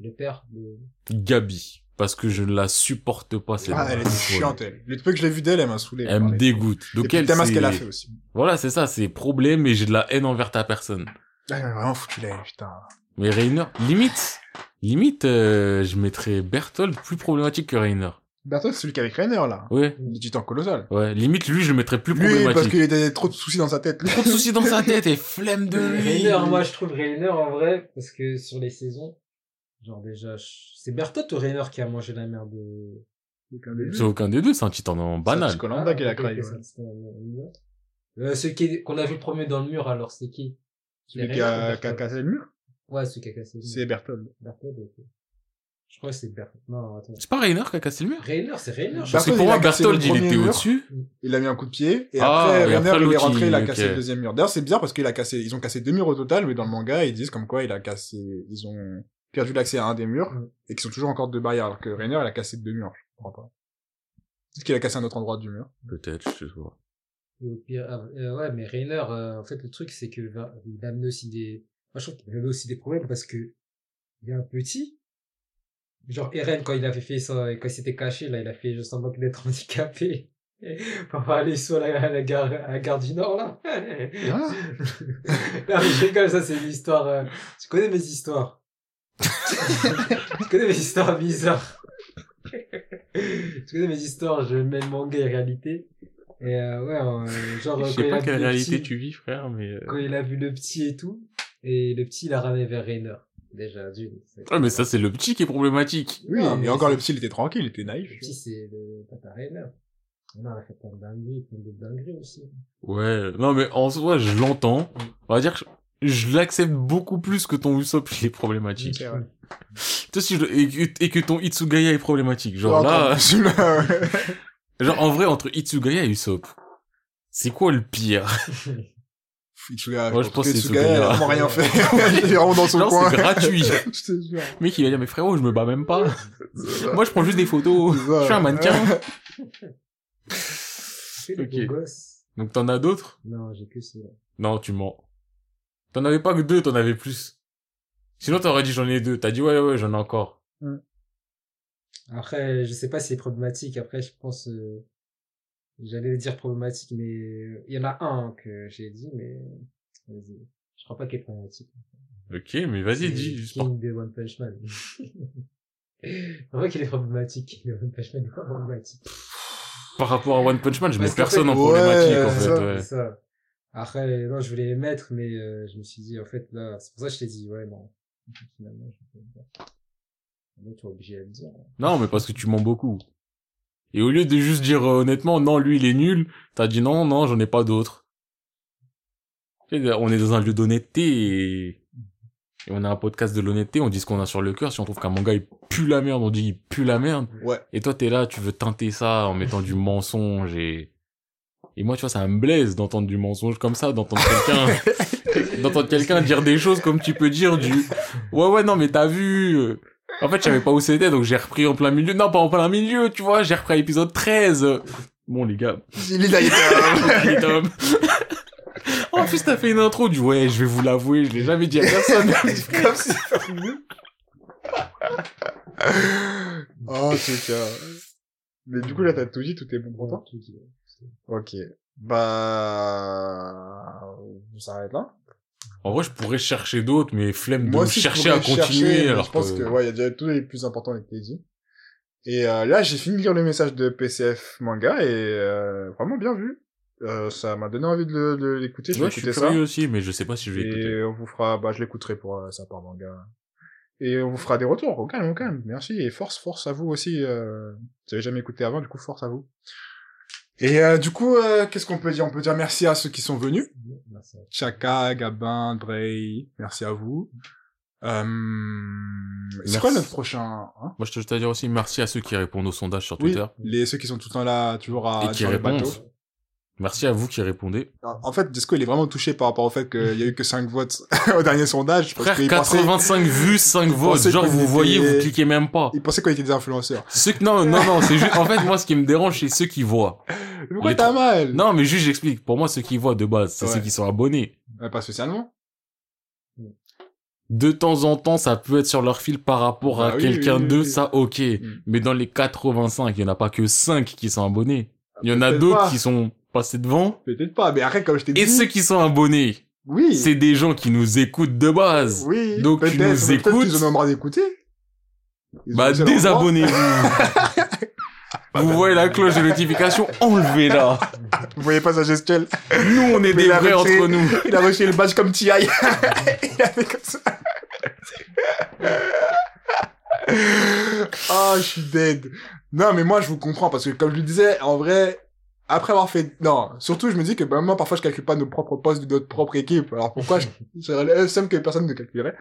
Le père de.
Gabi. Parce que je ne la supporte pas, cette
Ah, elle est
folle.
chiante, elle. Le peu que j'ai vu d'elle, elle m'a saoulé.
Elle me dégoûte.
Et
Donc
puis,
elle,
t'aimes à ce
c'est-
qu'elle a fait aussi.
Voilà, c'est ça, c'est problème et j'ai de la haine envers ta personne.
Ah, Elle m'a vraiment foutu la haine, putain.
Mais Reiner, limite, limite, euh, je mettrais Berthold plus problématique que Reiner.
Bertrand, Bah, c'est celui qui est avec Rainer, là.
Ouais,
Du temps colossal.
ouais, limite, lui, je le mettrais plus
Lui,
problématique.
parce qu'il était trop de soucis dans sa tête.
trop de soucis dans sa tête et flemme
Euh,
de lui.
Rainer, moi, je trouve Rainer en vrai, parce que sur les saisons, genre déjà, je- c'est Bertotte ou Rainer qui a mangé la merde de.
C'est aucun des deux, c'est un titan en banal.
Colanda qui l'a
Ah, ok,
craqué.
ok, ça, c'était un- un- un- Euh, celui qui est- qu'on a vu le premier dans le mur, alors c'est qui
Celui
C'est
qui a
Rainer ou
qui a
Berthold
cassé le mur,
(laughs) Ouais, celui qui a cassé. le mur.
c'est Bertold.
Berthold, ok. Je crois que c'est Ber... Non, attends.
C'est pas Rainer qui a cassé le mur
Rainer, c'est Rainer. je
Bah,
Parce que
Berthold,
pour
il
moi,
a cassé le
Berthold, il
premier
était
mur.
au-dessus.
Il a mis un coup de pied, et
Ah,
après,
et
Werner,
après,
il est
l'autre,
rentré, il a
il-
cassé
ok.
le deuxième mur. D'ailleurs, c'est bizarre parce qu'il a cassé, ils ont cassé deux murs au total, mais dans le manga, ils disent comme quoi il a cassé, ils ont perdu l'accès à un des murs,
Mm.
et qu'ils sont toujours encore deux barrières, alors que Rainer, il a cassé deux murs, je comprends pas. Est-ce qu'il a cassé un autre endroit du mur?
Peut-être, je sais pas.
Et au pire, ah, euh, ouais, mais Rainer, euh, en fait, le truc, c'est que va- il a amené aussi des, moi, je trouve qu'il avait aussi des problèmes parce que il y a un petit, genre Eren, quand il avait fait ça, quand il s'était caché, là, il a fait, je sens qu'il d'être handicapé. (laughs) Pour aller sur la, la gare, à la gare du Nord, là.
Ah.
(laughs) Non, mais je rigole, ça, c'est une histoire, euh, tu connais mes (laughs) histoires. tu connais mes histoires bizarres. tu connais mes histoires, je mets le manga et réalité. Et, euh, ouais, euh, genre,
Je
euh,
sais
quand il
pas
a vu
quelle
le
réalité
petit-
tu vis, frère, mais. euh,
quand il a vu le petit et tout, et le petit, il a ramené vers Rainer. Déjà, d'une. c'est-
Ouais, Ah, mais ça, c'est le petit qui est problématique.
Oui,
Non, Ah, mais
et encore
c'est-
le petit, il était tranquille, il était naïf.
Le petit, c'est le papa Rainer. Non, il a fait plein de dingueries, plein de dingueries aussi.
Ouais, non, mais en soi, je l'entends. On va dire que je, je l'accepte beaucoup plus que ton Usopp, il est problématique.
Ok, ouais.
Tu sais, si je- et, que- et que ton Itsugaya est problématique. Genre
Encore (laughs)
(laughs) là,
plus, là, ouais.
genre en vrai, entre Itsugaya et Usopp, c'est quoi le pire
Itsuga,
Moi, je pense que c'est
Itsuga, euh, il
Itsuga.
a vraiment rien fait. (laughs) il est vraiment dans son
Genre,
coin.
c'est
(laughs)
gratuit.
Je te jure.
Mais qui va dire, mais frérot, je me bats même pas.
(laughs) C'est ça.
Moi, je prends juste des photos.
C'est ça.
Je suis un mannequin.
C'est le
Ok.
beau gosse.
Donc t'en as d'autres
Non, j'ai que ça.
Non, tu mens. T'en avais pas que deux, t'en avais plus. Sinon, t'aurais dit j'en ai deux. T'as dit ouais, ouais, j'en ai encore.
Après, je sais pas si c'est problématique. Après, je pense, euh, j'allais dire problématique, mais euh, il y en a un que j'ai dit, mais vas-y. Je crois pas qu'il est problématique.
Ok, mais vas-y,
C'est
dis. juste par-
King de One Punch Man. (laughs) En vrai qu'il est problématique. Le One Punch Man est problématique.
Par rapport à One Punch Man, je mets
Parce qu'en
personne
fait-
en problématique,
Ouais,
en
c'est
fait.
ça.
ouais.
C'est ça. Après, non, je voulais les mettre, mais euh, je me suis dit, en fait, là, c'est pour ça que je t'ai dit, ouais, non. Finalement, je vais pas le faire. Là, tu es obligé à le dire.
Non, mais parce que tu mens beaucoup. Et au lieu de juste dire euh, honnêtement, non, lui, il est nul, t'as dit non, non, j'en ai pas d'autres. Et là, On est dans un lieu d'honnêteté et... et on a un podcast de l'honnêteté, on dit ce qu'on a sur le cœur. Si on trouve qu'un manga il pue la merde, on dit il pue la merde.
Ouais.
Et toi, t'es là, tu veux teinter ça en mettant du mensonge et... Et moi, tu vois, ça me blesse d'entendre du mensonge comme ça, d'entendre quelqu'un, d'entendre quelqu'un dire des choses comme tu peux dire du, ouais, ouais, non, mais t'as vu, euh, en fait, je savais pas où c'était, donc j'ai repris en plein milieu. Non, pas en plein milieu, tu vois, j'ai repris à l'épisode 13. Bon,
(laughs)
les gars.
Il est naïf. hein.
allez, Tom. (laughs) en plus, t'as fait une intro du ouais, je vais vous l'avouer, je l'ai jamais dit
(laughs)
à personne.
Comme si- oh, en tout cas. Mais du coup, là, t'as tout dit, tout est bon pour toi
Tout dit.
Ok. Bah... On s'arrête là
en vrai, je pourrais chercher d'autres, mais flemme de me
aussi, je
chercher à
pourrais chercher,
continuer,
mais
alors
je pense que,
que-
ouais, il y a déjà tous les plus importants avec été dit. Et euh, là, j'ai fini de lire le message de PCF Manga et euh, vraiment bien vu. Euh, ça m'a donné envie de le- de l'écouter, je
Ouais,
vais
je suis
écouter ça.
curieux aussi, mais je sais pas si je vais écouter.
Et on vous fera, bah, je l'écouterai pour euh, ça par manga. Et on vous fera des retours, au calme, au calme. Merci, et force, force à vous aussi. euh, Vous avez jamais écouté avant, du coup, force à vous. Et euh, du coup, euh, qu'est-ce qu'on peut dire On peut dire merci à ceux qui sont venus.
Merci.
Chaka, Gabin, Drey, merci à vous. Euh... C'est
Merci.
quoi notre prochain hein
Moi, je te, je te dire aussi merci à ceux qui répondent aux sondages sur
Oui,
Twitter.
les, ceux qui sont tout le temps là, toujours à
Et qui
sur le
répondent.
bateau.
Merci à vous qui répondez.
En en fait, Disco, il est vraiment touché par rapport au fait qu'il y a eu que 5 votes (laughs) au dernier sondage. parce
Frère,
qu'il pensait-
85 vues, 5 votes.
pensait
Genre,
qu'on
vous
était-
voyez, vous cliquez même pas.
Il pensait qu'on était des influenceurs.
Ceux que- non, non, non, c'est juste, en fait, moi, ce qui me dérange, c'est ceux qui voient.
Mais Pourquoi
Les
t'as mal
Non, mais juste, j'explique. Pour moi, ceux qui voient de base, c'est
Ouais.
ceux qui sont abonnés.
Euh, Pas spécialement.
De temps en temps, ça peut être sur leur fil par rapport à
Bah oui,
quelqu'un
oui, oui,
d'eux,
oui.
ça, ok.
Mm.
Mais dans les 85, il y en a pas que 5 qui sont abonnés. Il y en a
Ah, peut-être
d'autres
pas.
qui sont passés devant.
Peut-être pas, mais arrête, comme je t'ai dit.
Et ceux qui sont abonnés,
Oui.
c'est des gens qui nous écoutent de base.
Oui.
Donc, tu
peut-être,
nous
peut-être
écoutes.
qu'ils en ont marre d'écouter. Ils
Bah,
ont laissé leur (laughs) Bah,
désabonnez-vous. Vous voyez la cloche de notification,
(laughs)
enlevez-la.
droit. Vous voyez pas sa gestuelle
Nous, on
(laughs)
est
Mais
des
la
vrais
retraite-
entre nous.
Il a reçu le badge comme TI. (laughs) Il a fait comme ça. Ah, je suis dead. Non, mais moi, je vous comprends parce que, comme je le disais, en vrai, après avoir fait, non, surtout, je me dis que bah, moi, parfois, je calcule pas nos propres postes de notre propre équipe. Alors pourquoi
(laughs)
je- J'aurais le seum que personne ne calculerait.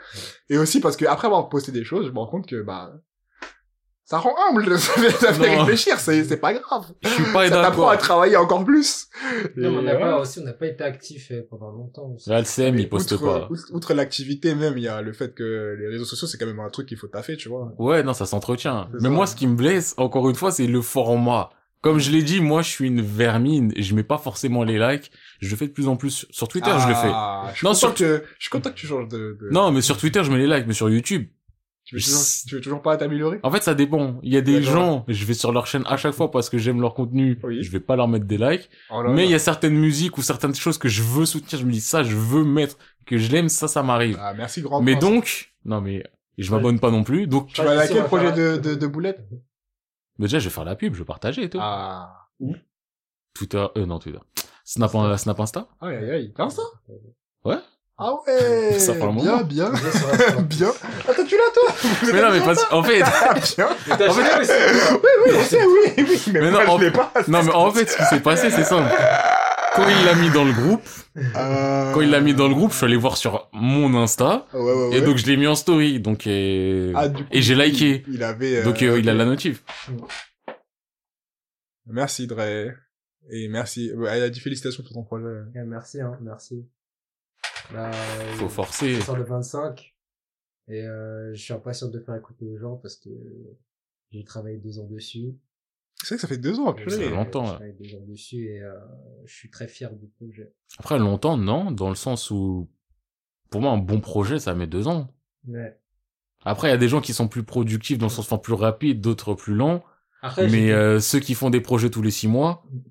Et aussi parce que après avoir posté des choses, je me rends compte que bah Ça rend humble, ça fait, ça fait
Non.
réfléchir, c'est c'est pas grave.
Je suis pas
Ça t'apprend
d'accord.
à travailler encore plus.
Non, mais on n'a
Et
pas,
voilà.
aussi, on n'a pas été actifs euh, pendant longtemps. aussi.
Là, le CM, il poste
outre,
pas.
outre- outre l'activité même, il y a le fait que les réseaux sociaux, c'est quand même un truc qu'il faut taffer, tu vois.
Ouais, non, ça s'entretient.
C'est
Mais
ça.
moi, ce qui me blesse, encore une fois, c'est le format. Comme je l'ai dit, moi, je suis une vermine. Je mets pas forcément les likes. Je le fais de plus en plus. Sur Twitter, je le fais.
Ah, Je suis,
Non,
content
sur-
que, je suis content que tu changes de... de-
Non, mais sur Twitter, je mets les likes. Mais sur YouTube,
Tu veux toujours, tu veux toujours pas t'améliorer
en fait, ça dépend. Il y a des
D'accord.
gens, je vais sur leur chaîne à chaque fois parce que j'aime leur contenu.
Oui.
Je vais pas leur mettre des likes.
Oh là
mais il
là.
y a certaines musiques ou certaines choses que je veux soutenir. Je me dis, ça, je veux mettre, que je l'aime, ça, ça m'arrive.
Ah, merci grand
mais
prince.
donc, non, mais je m'abonne pas non plus. Donc,
Tu vas
Ouais,
liker
on
le
va
projet de,
faire-
de, de Boulette
mais déjà, je vais faire la pub, je vais partager et tout.
Ah,
Twitter, euh, non, Twitter. Snap, euh, Snap Insta.
aïe aïe aïe. T'as ça
Ouais.
Ah ouais
(laughs) Ça fait un moment.
Bien, bien,
Déjà sur Insta.
bien. Attends, tu l'as toi
(laughs) Mais non, mais parce en fait,
Ah, bien
Mais t'as jamais réussi, toi.
Oui, oui, je sais, oui, oui, mais,
Mais
moi,
non, en-
je l'ai pas.
non, mais en fait, ce qui s'est passé, c'est simple. Quand il l'a mis dans le groupe,
Euh,
quand il l'a mis dans le groupe, je suis allé voir sur mon Insta.
Ouais, ouais, ouais.
Et donc, je l'ai mis en story. Donc, et,
Ah, du coup,
et j'ai liké.
il avait... euh,
Donc, euh, il a la notif.
Merci, Dre. Et merci. Ouais, Elle a dit félicitations pour ton projet.
Ouais, Merci, hein, merci. Bah, euh,
Faut forcer.
Ça sort le 25. Et euh, je suis impatient de le faire écouter aux gens parce que j'ai travaillé deux ans dessus. Euh,
C'est vrai que ça fait deux ans,
Oh, Ça fait
purée.
longtemps,
J'ai
là.
travaillé deux ans dessus et euh, je suis très fier du projet.
Après, longtemps, non, dans le sens où, pour moi, un bon projet, ça met deux ans.
Ouais.
Après, il y a des gens qui sont plus productifs dans le sens enfin, plus rapide, d'autres plus lents.
Après, j'ai-
Mais euh, ceux qui font des projets tous les six mois,
oui,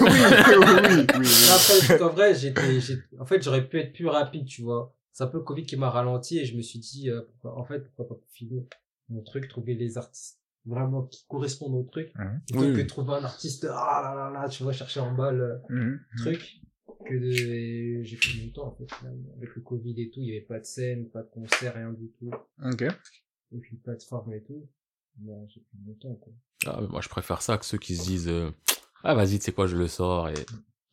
oui, oui, oui.
Non,
(laughs)
Après, parce qu'en vrai, j'étais, j'ai- en fait, j'aurais pu être plus rapide, tu vois. C'est un peu le Covid qui m'a ralenti et je me suis dit, euh, pourquoi- en fait, pourquoi pas finir mon truc, trouver les artistes vraiment qui correspondent au truc,
Mmh.
Mhm.
plutôt
Oui,
que
oui.
trouver un artiste, ah là là là, tu vois, chercher en bas le
Mhm.
Mmh.
truc, que de, et j'ai pris mon temps, en fait, finalement. Avec le Covid et tout, il y avait pas de scène, pas de concert, rien du tout,
mhm. Ok.
et puis plateforme et tout. Non, j'ai pris mon temps, quoi.
ah, mais moi, je préfère ça que ceux qui se disent, euh, ah, vas-y, tu sais quoi, je le sors et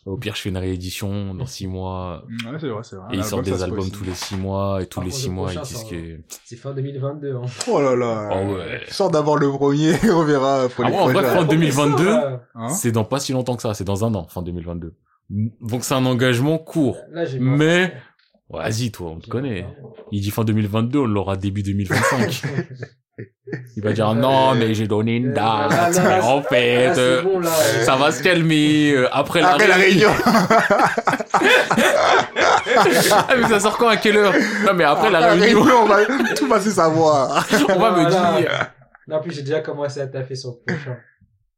au pire, je fais une réédition dans six mois.
Ouais, c'est vrai, c'est vrai.
Et ils sortent
ça
des
se peut
albums
aussi.
tous les six mois et tous
Par
les
contre,
six
le
mois, ils
prochain,
disent
ça
que,
C'est fin 2022, hein.
Oh là là.
oh ouais.
Sors d'abord le premier, (laughs) on verra pour les
Ah ouais, en
projets.
vrai, En 2022,
Là,
Hein
C'est dans pas si longtemps que ça, c'est dans un an, fin 2022. Donc, c'est un engagement court.
là, j'ai Ah,
Mais- Vas-y, toi, on te
J'ai-
connaît. Il dit fin 2022, on l'aura début 2025. Il va dire non, mais j'ai donné une
Là,
date.
là, là,
En fait,
Ah, c'est
euh,
bon, là. euh,
ça va se calmer euh, après,
Après la réunion.
(laughs) ah, mais ça sort quand à quelle heure Non, mais après la réunion,
on va tout passer savoir.
(laughs) on va me
Voilà.
dire.
Non, en plus, j'ai déjà commencé à taffer sur le prochain.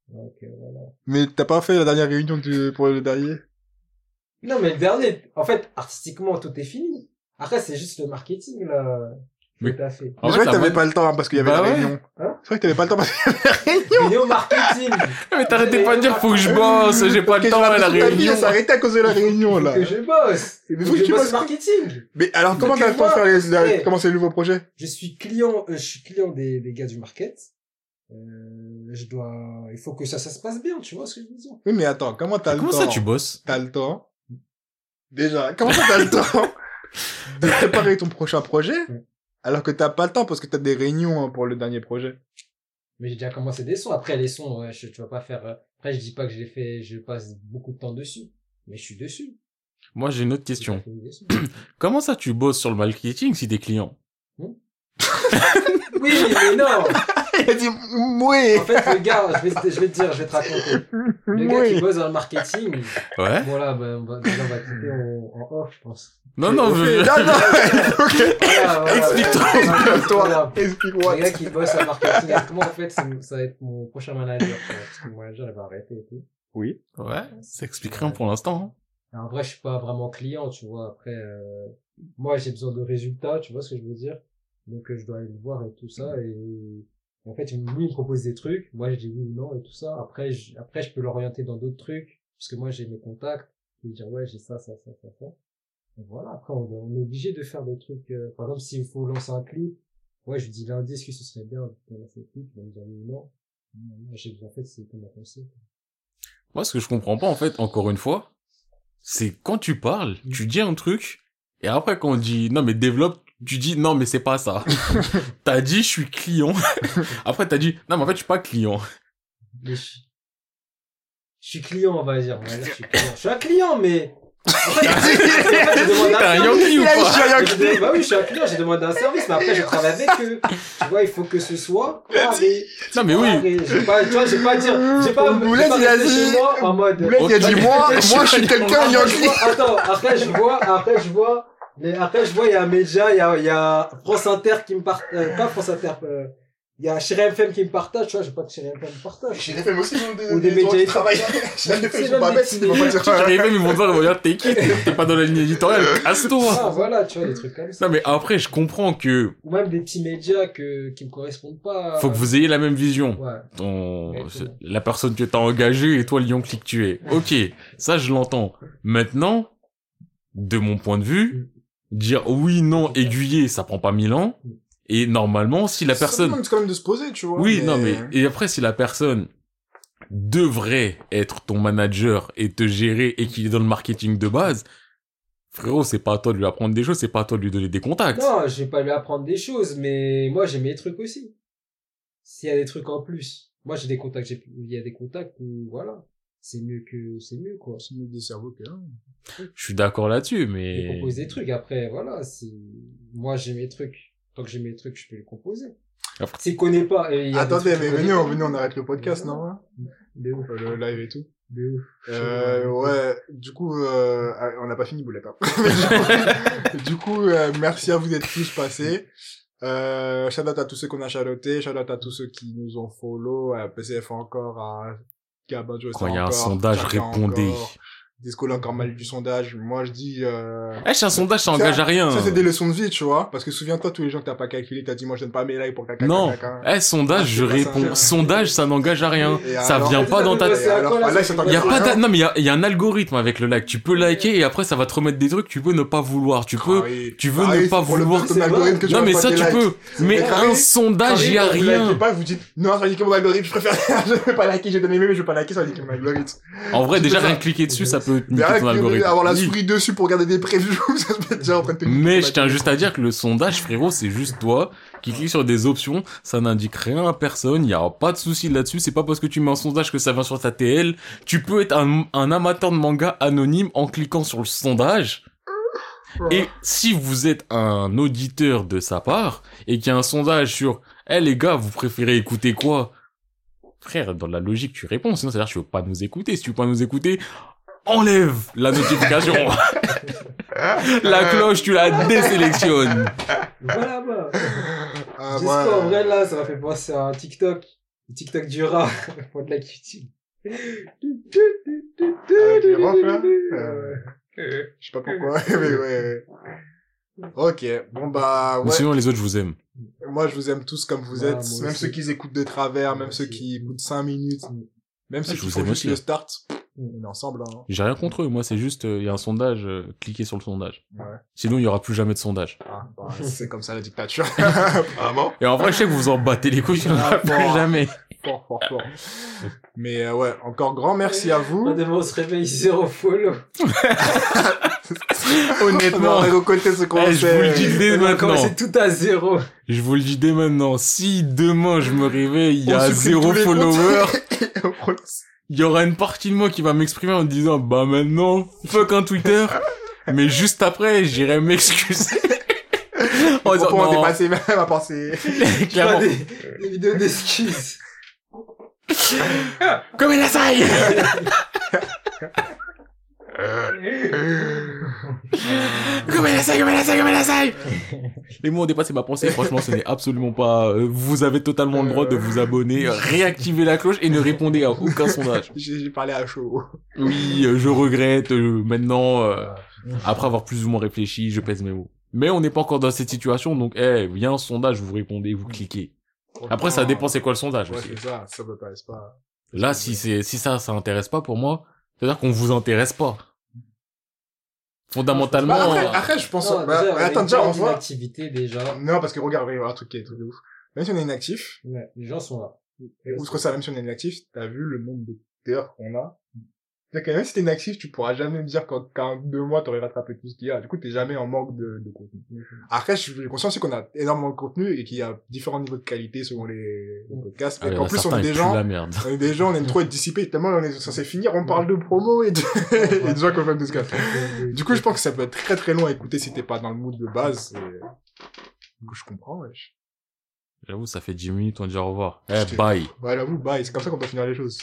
Donc, euh, voilà.
Mais t'as pas fait la dernière réunion du- pour le dernier
Ah
Non, mais le dernier, en fait, artistiquement, tout est fini. Après, c'est juste le marketing, là. Je
Oui.
vais taffer.
(laughs)
En
Mais C'est
fait,
vrai que
la
t'avais
bonne-
pas le temps hein, parce qu'il y avait
Bah
la
ouais.
réunion.
Hein
C'est vrai que t'avais pas le temps
(laughs)
parce qu'il y avait la réunion.
Vidéo
(laughs)
marketing!
Ah, Mais t'arrêtais pas de dire faut que je bosse, j'ai pas le temps à la
Toute vie,
réunion.
elle s'est arrêtée à cause de la réunion
Faut
Oh
(laughs)
là.
que je bosse! Faut
Mais faut
que
que tu
je bosse
bosses.
marketing!
Mais alors comment
Faut que
t'as le
je
temps de
vois.
faire les, la-
Eh.
commencer les nouveaux projets
Je suis client, euh, je suis client des, des gars du market. Euh, je dois, il faut que ça, ça se passe bien, tu vois ce que je veux dire?
Oui mais attends, comment t'as le temps
Comment ça, tu bosses
T'as le temps Déjà, comment ça t'as le (laughs) temps de préparer ton prochain projet alors que t'as pas le temps parce que t'as des réunions hein, pour le dernier projet
Mais j'ai déjà commencé des sons. Après, les sons, ouais, je, tu vas pas faire, euh, après, je dis pas que je les fais, je passe beaucoup de temps dessus. Mais je suis dessus.
Moi, j'ai une autre question.
J'ai fait des sons.
Comment ça, tu bosses sur le marketing si t'es client
Oui, mais non!
Il a dit mouais
En fait, le gars, je vais, je vais te dire, je vais te raconter. Le gars qui
Mouais
bosse dans le marketing,
(laughs)
Ouais.
bon là, ben, on va- déjà, on va quitter en, en off, je pense.
Non, non,
Ok,
Oh, je-
non, non, (laughs) ok.
Voilà, voilà.
Explique-toi,
Voilà.
explique-toi,
Voilà.
explique-moi.
Le gars qui bosse dans le marketing, avec moi, en fait, c'est- ça va être mon prochain manager. tu vois, Parce que mon manager, il va arrêter et tout.
Oui. (laughs)
Ouais, ça explique rien pour l'instant. hein.
Et En vrai, je suis pas vraiment client, tu vois. Après, euh, moi, j'ai besoin de résultats, tu vois ce que je veux dire. Donc, euh, je dois aller le voir et tout ça. Et, et en fait, lui, il me propose des trucs. Moi, je dis oui ou non et tout ça. Après, je, après, je peux l'orienter dans d'autres trucs. Parce que moi, j'ai mes contacts. Je peux lui dire, ouais, j'ai ça, ça, ça, ça, ça. Et voilà. Après, on, on est obligé de faire des trucs. euh, par exemple, s'il faut lancer un clip, ouais, je lui dis lundi, est-ce que ce serait bien de lancer le clip? Il va me dire oui ou non. Non, non, J'ai besoin, en fait, c'est comment penser.
Moi, ce que je comprends pas, en fait, encore une fois,
Mm.
c'est quand tu parles, tu dis un truc, et après, quand on dit, non, mais développe, Tu dis, non, mais c'est pas
(laughs)
ça. t'as dit, je suis client. Après, t'as dit, non, mais en fait, je suis pas client.
Mais je suis- je suis client, on va dire. on va dire, je, suis client. je suis un client, mais. En fait, en fait, je demande
T'as un
service.
Yankee ou
Il a
pas
Je
dit, je suis un
demande- Bah oui, je suis un client, j'ai demandé un service, mais après, je travaille avec eux. Tu vois, il faut que ce soit. carré.
Non,
(laughs)
mais oui.
Carré. J'ai pas, tu vois, j'ai pas à dire. J'ai pas,
Boulette,
j'ai pas
il a
resté chez
dit-
moi en mode.
Le mec, il a dit, moi, moi, (laughs) je suis quelqu'un,
Après, je
Yankee.
vois- Attends, après je vois, après je vois, mais après je vois, il y a Média, il y a, il y a France Inter qui me partage, pas France Inter, euh, il y a Chérie FM qui me partage, tu vois, j'ai pas de Chérie FM qui me partage.
J'ai des femmes aussi, non,
Ou des
gens qui
médias.
(laughs)
travaillent. J'ai des femmes,
C'est
ils sont pas
même
bêtes.
des-
Il va pas dire
Tu arrives même, ils vont te voir, ils vont dire, t'es qui T'es pas dans la
(laughs)
ligne éditoriale,
Ah,
casse-toi.
voilà, tu vois, des trucs comme ça.
Non, mais après, je comprends que
Ou même des petits médias que, qui me correspondent pas.
faut que vous ayez la même vision.
Ouais.
Ton...
Exactement.
La personne que t'as engagée et toi, le Yankee que tu es. Ok, ça, je l'entends. Maintenant, de mon point de vue, dire oui, non, aiguiller, ça prend pas mille ans. Et normalement, si la personne...
C'est quand même de se poser, tu vois.
Oui, non,
euh,
mais et après, si la personne devrait être ton manager et te gérer et qu'il est dans le marketing de base, frérot, c'est pas à toi de lui apprendre des choses, c'est pas à toi de lui donner des contacts.
Non, je vais pas lui apprendre des choses, mais moi j'ai mes trucs aussi. S'il y a des trucs en plus, moi j'ai des contacts, j'ai- il y a des contacts où voilà, c'est mieux que c'est mieux quoi.
C'est mieux des cerveaux que hein.
Je suis d'accord là-dessus,
Il
mais
propose des trucs. Après, voilà, si moi j'ai mes trucs, tant que j'ai mes trucs, je peux les composer.
Après-
S'il connaît pas, et il y a des
Attendez,
trucs
mais
qu'il
venez,
connaît
on,
pas.
venez, on arrête le podcast,
Ouais.
non hein
De ouf,
Enfin, Le live et tout.
de ouf.
Euh, ouais, du coup, euh, ah, on n'a pas fini Boulette. hein. (laughs) du coup, euh, merci à vous d'être tous passés. Euh, shout out à tous ceux qu'on a charoté, shout out à tous ceux qui nous ont follow, à PCF encore, à Gabin Joe
quand il y a un
encore,
sondage,
Chaka
répondez.
encore, Disco l'a encore mal du sondage. Moi, je dis, euh,
Eh, c'est un sondage, ça engage à rien.
ça, c'est des leçons de vie, tu vois. Parce que souviens-toi, tous les gens que t'as pas calculé, t'as dit, moi, je donne pas mes likes pour caca,
Non.
caca, caca.
Eh, sondage,
Ah, c'est
je
pas ça.
réponds. sondage, ça n'engage à rien.
Et
ça
alors-
vient pas dans ta.
Et alors, là, ça
Il y a
t'engage
pas
à rien.
d'a- non mais il y a, il y a un algorithme avec le like. Tu peux liker et après ça va te remettre des trucs. Tu peux ne pas vouloir. Tu peux.
Ah oui.
tu veux
Ah
ne
oui,
pas
pour le
vouloir-
mettre ton algorithme que tu
Non
vois
mais
pas
ça
tes
tu
likes.
peux. Mais
vrai.
un sondage, il y a
Vous likez
Ah, rien.
pas, vous dites, non, ça va niquer mon algorithme, je préfère, (laughs) je vais pas liker, je vais donner mes, mais je vais pas liker, ça va niquer mon algorithme.
En vrai,
Tu
déjà,
peux
rien que cliquer dessus, ça peut
Mais
niquer ton algorithme.
avoir la
Oui.
souris dessus pour regarder des previews, (laughs) ça se met déjà en train de te niquer
Mais
ton
je tiens
algorithme.
juste à dire que le sondage, frérot, c'est juste toi qui clique sur des options, ça n'indique rien à personne, il n'y a pas de souci là-dessus, c'est pas parce que tu mets un sondage que ça vient sur ta TL. Tu peux être un, un amateur de manga anonyme en cliquant sur le sondage. Et si vous êtes un auditeur de sa part et qu'il y a un sondage sur Eh les gars, vous préférez écouter quoi Frère, dans la logique, tu réponds, sinon c'est-à-dire que tu veux pas nous écouter. Si tu veux pas nous écouter, enlève la notification. (laughs) la cloche, tu la
(laughs)
désélectionnes.
Voilà, bah.
Ah,
Juste
ouais.
en vrai, là, ça m'a fait penser à un TikTok. Le TikTok du rat. (laughs) Pour de la cutie.
Avec les refs, là
Euh,
Je sais pas pourquoi, (laughs) mais ouais. ouais. Ok, bon bah,
Ou
ouais.
Sinon, les autres, je vous aime.
Moi, je vous aime tous comme vous
Ouais,
êtes,
Ah, moi
même
aussi.
ceux qui écoutent de travers,
Moi
même ceux
aussi.
qui écoutent 5 minutes, même ceux
Ah, je
qui
vous
font
aime
juste
aussi. hein.
le start. On est ensemble, hein.
J'ai rien contre eux, moi, c'est juste, il y a un sondage, euh, cliquez sur le sondage.
Ouais.
Sinon, il y aura plus jamais de sondage.
Ah,
(laughs)
bah, c'est comme ça la dictature.
Apparemment.
Et en vrai, je sais que vous en battez les couilles, il y en aura plus jamais.
(laughs) fort, fort, fort. Mais euh, ouais, encore grand merci à vous.
Là, demain, on se réveille zéro follow.
(laughs) Honnêtement.
On aurait recoté ce qu'on
Eh, je vous le
sait.
dis (laughs) dès
On va
maintenant.
commencer tout à zéro.
Je vous le dis dès maintenant. Si demain je me réveille, il y
On
a
supprime
zéro
tous les
follower,
comptes.
il y aura une partie de moi qui va m'exprimer en disant, bah maintenant, fuck un Twitter. Mais juste après, j'irai m'excuser. en
On
disant,
peut en
Oh, (laughs) non,
dépasser (laughs) même à penser.
clairement.
Pas des, des vidéos d'excuses.
Comme il a ça y est Comme il a ça, comme il a ça, comme il a ça y est (laughs) Les mots ont dépassé ma pensée. Franchement, ce n'est absolument pas, euh, vous avez totalement le droit de vous abonner, réactiver la cloche et ne répondez à aucun sondage.
J'ai j'ai parlé à chaud.
Oui, euh, je regrette. euh, maintenant, euh, après avoir plus ou moins réfléchi, je pèse mes mots. Mais on n'est pas encore dans cette situation, donc, eh, il y a un sondage, vous répondez, vous cliquez. (laughs) Après, ça dépend c'est quoi le sondage.
Ouais,
aussi.
c'est ça, ça me paraît pas.
Là, si c'est, si ça, ça intéresse pas pour moi, c'est-à-dire qu'on vous intéresse pas. Fondamentalement, euh,
Bah, après, après, je pense.
Non,
bah,
déjà,
attends,
les
déjà,
gens
on
d'une
voit.
activité, déjà.
Non, parce que regarde, regarde, un truc qui est truc de ouf. Même si on est inactif,
Ouais, les gens sont là.
et outre ça, même si on est inactif, t'as vu le nombre de d'heures qu'on a. C'est-à-dire que même si t'es inactif, tu pourras jamais me dire qu'en qu'en deux mois, t'aurais rattrapé tout ce qu'il y a. Du coup, t'es jamais en manque de, de contenu. Après, je suis conscient aussi qu'on a énormément de contenu et qu'il y a différents niveaux de qualité selon les, les podcasts.
Ah, il
Et
y
qu'en
a
plus, on
certains,
est
ils
des
puent
gens,
la merde.
on est des gens, on aime trop être dissipés. Tellement on est censé finir, on parle de promo et de, et de (laughs) gens qu'on fait de ce qu'on fait. (laughs) Du coup, je pense que ça peut être très très long à écouter si t'es pas dans le mood de base. Et... Du coup, je comprends, wesh.
J'avoue, ça fait 10 minutes, on dit au revoir. Eh,
Je te-
bye.
Ouais, Bah, j'avoue, bye. C'est comme ça qu'on doit finir les choses.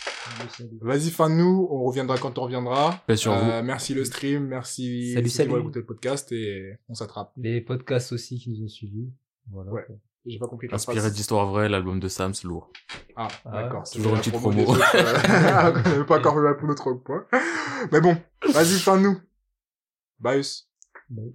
Vas-y, fin de nous. On reviendra quand on reviendra.
Paix sur vous.
Euh, merci le stream. Merci.
Salut,
ceux qui vont
salut.
écouter le podcast et on s'attrape.
Les podcasts aussi qui nous ont suivis. Voilà.
Ouais. J'ai pas compris la
Inspiré
phrase.
d'histoire vraie, l'album de Sam, c'est lourd.
Ah,
Ah,
d'accord. c'est
toujours
la
une petite
des
promo.
autres,
(laughs)
euh, on n'avait pas encore répondu notre point. Mais bon, vas-y, fin de nous. Bye. us.
Bon.